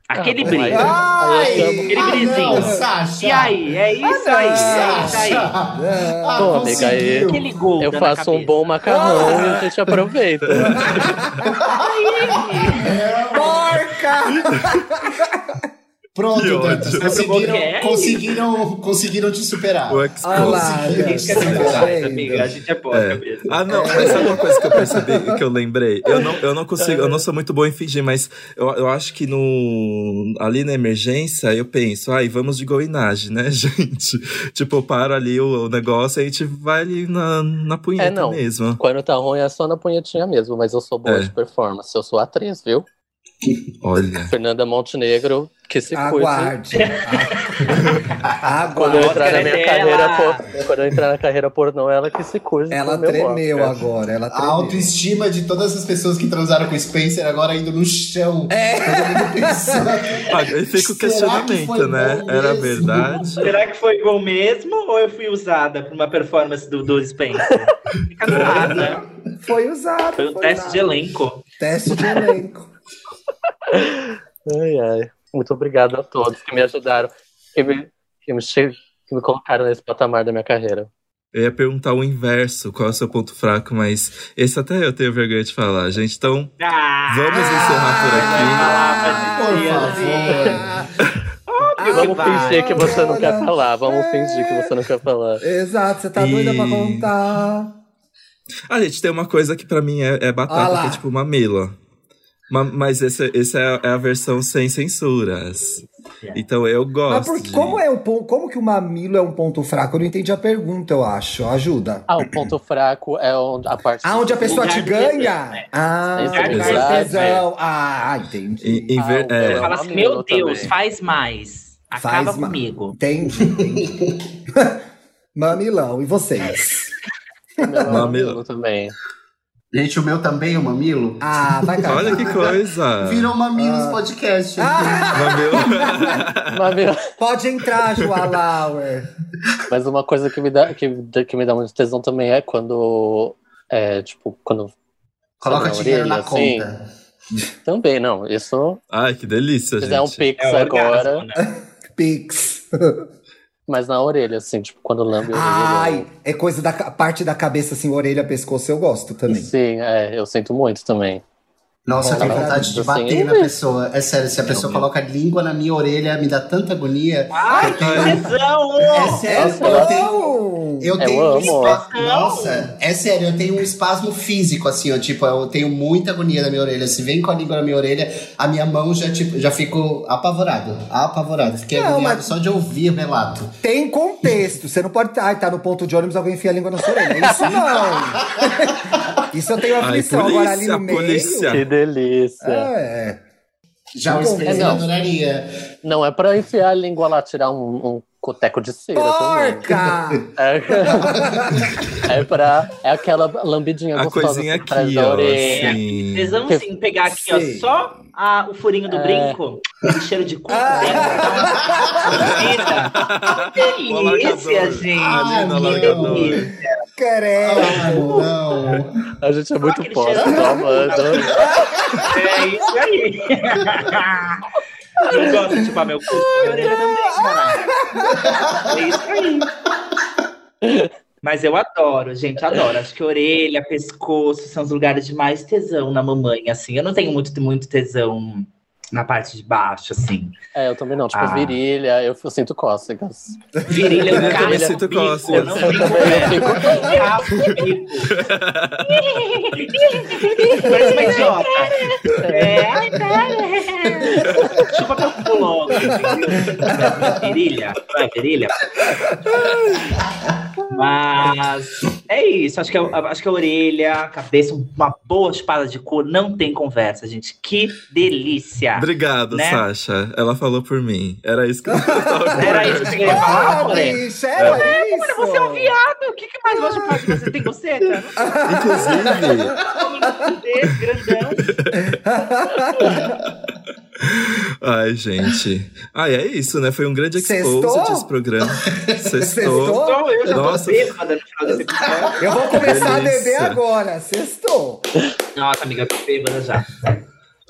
E: Aquele
C: Ah,
E: bri.
C: mas- Aí
A: Ai,
C: eu chamo
E: aquele
D: ah,
E: brisinho.
D: não, Sasha.
E: E aí? É isso
A: não,
E: aí. É isso aí.
D: Sasha. Ah,
C: Pô, amiga, aí-
D: conseguiu.
E: Aquele gol.
C: Eu faço um bom macarrão e a gente aproveita.
A: Porca!
D: Pronto,
B: Que ódio.
D: Dantas,
E: Vai pro
D: conseguiram,
E: boquete.
D: conseguiram, conseguiram te superar.
B: O Expo.
A: Olha lá, tá
E: Isso é verdade, amiga. A gente é porca
B: É.
E: mesmo.
B: Ah, não, mas sabe uma coisa que eu percebi, que eu lembrei? Eu não, eu não consigo, eu não sou muito bom em fingir, mas eu, eu acho que no, ali na emergência, eu penso, ai, vamos de goinagem, né, gente? Tipo, eu paro ali o, o negócio e a gente vai ali na, na punheta
C: É, não.
B: mesmo.
C: Quando tá ruim é só na punhetinha mesmo, mas eu sou boa
B: É.
C: de performance. Eu sou atriz, viu?
B: Olha.
C: Fernanda Montenegro, que se cuide.
A: Aguarde.
C: Quando eu
A: Aguarde.
C: entrar na minha
E: Oscar é
C: carreira
E: dela.
C: por... Quando eu entrar na carreira pornô, ela que se cuide.
A: Ela
C: do meu
A: tremeu
C: Oscar.
A: agora, ela
D: A
A: tremeu.
D: autoestima de todas as pessoas que transaram com o Spencer agora indo no chão. É.
B: Ah, Aí fica o
D: Será que
B: questionamento,
D: foi
B: né?
D: bom
B: Era
D: mesmo?
B: verdade.
E: Será que foi gol mesmo ou eu fui usada por uma performance do, do Spencer? Fica no ar, né?
A: Foi usado.
E: Foi um teste
A: usado.
E: de elenco.
A: Teste de elenco.
C: Ai, ai. Muito obrigado a todos que me ajudaram, que me, que me, che- que me colocaram nesse patamar da minha carreira.
B: Eu ia perguntar o inverso, qual é o seu ponto fraco, mas esse até eu tenho vergonha de falar, gente. Então,
E: Ah,
B: Vamos encerrar
E: por aqui.
A: Ah, por favor.
E: Óbvio que
C: vamos
E: vai.
C: fingir que você não quer
A: Agora.
C: falar. Vamos
A: É.
C: fingir que você não quer falar.
A: Exato, você tá doida pra
B: E-
A: contar.
B: Ah, gente, tem uma coisa que pra mim é, é
A: Ah
B: batata,
A: lá.
B: que é tipo mamila. Ma- Mas essa esse é, é a versão sem censuras.
E: Yeah.
B: Então eu gosto.
A: Mas por,
B: de-
A: como, é o, pon- como que o mamilo é um ponto fraco? Eu não entendi a pergunta, eu acho. Ajuda.
C: Ah, o ponto fraco é onde- a parte.
A: Ah, onde a pessoa
E: Lugar
A: te
E: do
A: ganha?
E: tesão, é.
A: Ah,
C: Lugar
E: do
A: lugar do
E: tesão, é.
A: tesão. Ah, entendi.
B: Em- em ver-
C: Ah, o
B: é,
C: meu
E: Fala assim,
C: Mamilo
E: meu Deus,
C: também.
E: faz mais. Acaba
A: Faz ma-
E: comigo.
A: Entendi, entendi. Mamilão, e vocês?
C: O meu é o
B: Mamilo.
C: mamilo também.
D: Gente, o meu também é um mamilo?
A: Ah, vai cagar.
B: Olha que coisa!
D: Ah. Virou mamilos podcast.
A: Ah,
B: Mamilo.
C: Mamilo.
A: pode entrar, Joa Lauer.
C: Mas uma coisa que me dá, que, que me dá muito tesão também é quando. É, tipo, quando.
D: Coloca
C: sabe,
D: dinheiro na
C: orelha,
D: conta.
C: assim. Também, não. Isso.
B: Ai, que delícia,
C: Se fizer um
B: gente.
C: pix
E: É
C: agora,
E: orgasmo, né?
A: Pix.
C: mas na orelha, assim, tipo, quando lambe a orelha.
A: Ai, é coisa da ca- parte da cabeça, assim, orelha, pescoço, eu gosto também.
C: Sim, é, eu sinto muito também.
D: Nossa, eu tenho
A: Coloca
D: vontade de
C: assim,
D: bater na
C: hein?
D: pessoa. É sério, se a pessoa coloca a língua na minha orelha, me dá tanta agonia.
E: Ai, que tesão!
D: É sério,
C: Nossa,
D: eu tenho.
A: Não!
D: Eu
C: Eu
D: tenho um
C: amo.
D: espasmo.
E: Não.
D: Nossa, é sério, eu tenho um espasmo físico, assim, ó. Tipo, eu tenho muita agonia na minha orelha. Se vem com a língua na minha orelha, a minha mão já, tipo, já fico apavorado. Apavorado. Fiquei
A: Não,
D: agoniado
A: mas-
D: só de ouvir o relato.
A: Tem contexto. Você não pode. Ai, tá no ponto de ônibus, alguém enfia a língua na sua orelha. É Isso não! Isso eu tenho
B: Ai,
A: aflição agora ali no
B: polícia,
A: meio.
B: polícia.
C: Que delícia.
A: É.
D: Já o
A: Bom,
D: Spencer
C: não.
D: adoraria.
C: Não é pra enfiar a língua lá, tirar um, um coteco de cera também.
A: Porca!
C: É, é pra. É aquela lambidinha
B: A
C: gostosa
B: coisinha
C: assim, atrás
B: aqui,
C: da
B: ó.
C: orelha.
B: Assim.
E: Tesão
C: Que-
E: sim, pegar aqui, ó,
A: Sim.
E: só a- o furinho do
C: É.
E: brinco, o cheiro de cu
A: Ah.
E: dentro, dá uma
B: O
E: comida. Que
B: alargador.
E: delícia, gente!
B: Ali no
E: Que
B: alargador.
E: delícia.
A: Credo!
D: Ah, não.
C: A gente é muito
E: aquele
C: pobre,
E: cheiro.
C: tá amando.
E: É isso aí! Eu gosto de chupar meu cu, minha orelha também, caralho. É isso aí. Mas eu adoro, gente, adoro. Acho que orelha, pescoço são os lugares de mais tesão na mamãe, assim. Eu não tenho muito, muito tesão na parte de baixo, assim.
C: É, eu também não. Tipo,
E: Ah.
C: virilha, eu, eu sinto cócegas.
E: Virilha,
B: Eu
E: cara,
B: também sinto
E: bico,
B: cócegas.
E: não
C: Eu
E: bico,
C: também
E: é.
C: fico-
E: Rabo, bico. Parece uma idiota. É. Chupa meu cu logo. assim. Virilha, vai, virilha. Mas é isso, acho que, a- acho que a orelha, a cabeça, uma boa espada de cor, não tem conversa, gente. Que delícia!
B: Obrigado,
E: Né?
B: Sasha. Ela falou por mim. Era isso que eu tava
E: Era isso que você queria falar,
A: Ah,
E: Olê?
A: bicha, era isso.
E: Olha, você é um viado! O que, que mais gosta de você? Tem você? Tá?
B: Inclusive,
E: Desse grandão.
B: ai, gente. Ai, é isso, né? Foi um grande expose
A: Sextou?
B: desse programa. Sextou.
A: Sextou?
E: Então, eu já
B: Nossa.
E: tô bêbada no final desse episódio.
A: Eu vou começar
B: Delícia.
A: a beber agora, sextou.
E: Nossa, amiga, eu tô bêbada já.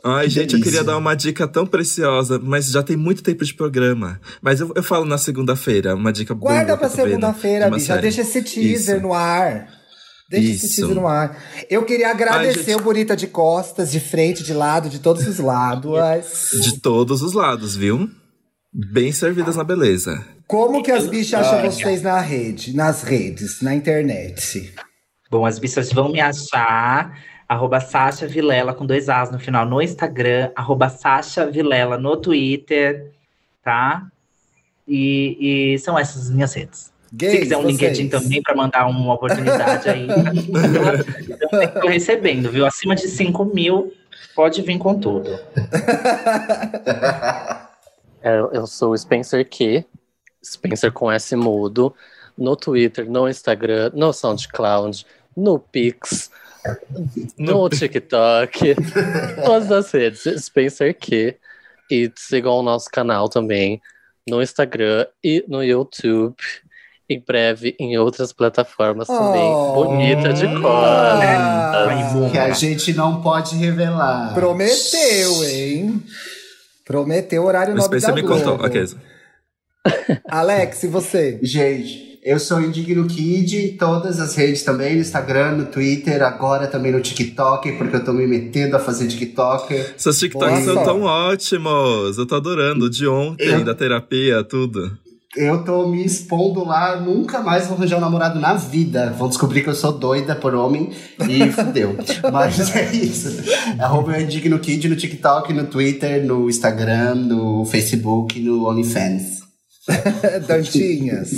B: Ai,
D: Que
B: gente, eu
D: delícia.
B: queria dar uma dica tão preciosa, mas já tem muito tempo de programa. Mas eu, eu falo na segunda-feira, uma dica boa.
A: Guarda pra
B: que eu tô vendo de
A: segunda-feira,
B: né? uma
A: bicha.
B: série.
A: Deixa esse teaser
B: Isso.
A: no ar. Deixa esse
B: Isso.
A: teaser no ar. Eu queria agradecer
B: gente.
A: o Bonita de costas, de frente, de lado, de todos os lados.
B: De todos os lados, viu? Bem servidas na beleza.
A: Como que as bichas
D: Olha.
A: acham vocês na rede, nas redes, na internet?
E: Bom, as bichas vão me achar. Arroba Sasha Vilela com dois As no final no Instagram. Arroba Sasha Vilela no Twitter, tá? E, e são essas as minhas redes. Se
A: Gays,
E: quiser um
A: vocês.
E: LinkedIn também para mandar uma oportunidade aí. eu tô recebendo, viu? Acima de 5 mil, pode vir com tudo.
C: É, eu sou o Spencer Q, Spencer com S mudo, no Twitter, no Instagram, no SoundCloud, no Pix, no, TikTok, todas as redes, Spencer Q. E sigam o nosso canal também no Instagram e no YouTube. Em breve, em outras plataformas também.
A: Oh.
C: Bonita de cor.
A: Ah,
E: Vai,
D: Que a
E: imunda.
D: gente não pode revelar.
A: Prometeu, hein? Prometeu horário
B: O
A: nobre da
B: Spencer me
A: Globo.
B: contou. Ok.
A: Alex, e você?
D: Gente, eu sou o Indigno Kid, todas as redes também, no Instagram, no Twitter, agora também no TikTok, porque eu tô me metendo a fazer TikTok.
B: Seus TikToks
A: Boa
B: são
A: sorte.
B: tão ótimos. Eu tô adorando. O De ontem,
D: Eu-
B: da terapia, tudo.
D: Eu tô me expondo lá, nunca mais vou arranjar um namorado na vida. Vão descobrir que eu sou doida por homem e fudeu. Mas é isso. Arroba eu Indigno Kid no TikTok, no Twitter, no Instagram, no Facebook, no OnlyFans.
A: Dantinhas.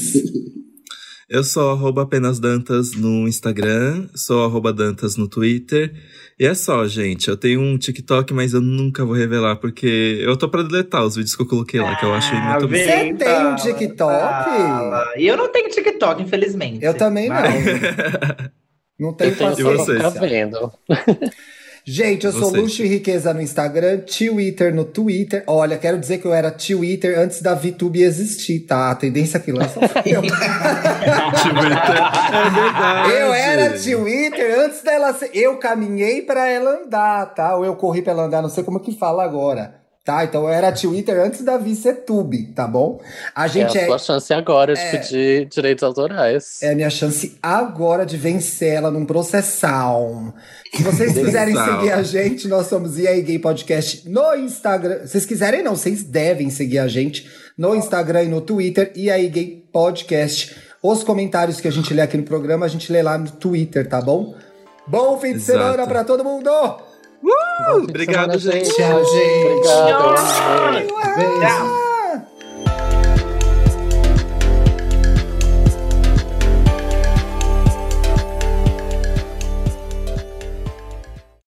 B: Eu sou arroba apenas Dantas no Instagram, sou arroba Dantas no Twitter. E é só, gente. Eu tenho um TikTok, mas eu nunca vou revelar, porque eu tô pra deletar os vídeos que eu coloquei lá, que eu achei
E: Ah,
B: muito bom.
E: vem,
A: Você tem um
E: fala,
A: TikTok?
E: fala. E eu não tenho TikTok, infelizmente.
A: Eu também não.
E: Mas-
A: Não tem
C: Eu tenho
B: E
C: só pra
A: paciência.
B: vocês?
C: ficar vendo.
A: Gente, eu sou
B: Vocês?
A: Luxo e Riqueza no Instagram, Twitter no Twitter. Olha, quero dizer que eu era Twitter antes da VTube existir, tá? A tendência que lança sou eu.
B: É verdade.
A: Ah, Eu era Twitter antes dela ser. Eu caminhei pra ela andar, tá? Ou eu corri pra ela andar, não sei como é que fala agora. Tá? Então eu era Twitter antes da Vi ser Tube, tá bom? A gente
C: é a
A: é.
C: sua chance agora de
A: é.
C: pedir direitos autorais.
A: É a minha chance agora de vencer ela num processal. Se vocês quiserem
B: Processal.
A: seguir a gente, nós somos E aí Gay Podcast no Instagram. Vocês quiserem não, vocês devem seguir a gente no Instagram e no Twitter. E aí Gay Podcast. Os comentários que a gente lê aqui no programa, a gente lê lá no Twitter, tá bom? Bom fim de
B: Exato.
A: semana pra todo mundo! um.
B: Obrigado, gente.
A: Tchau, gente!
C: Obrigado.
A: Beijo.
D: Beijo.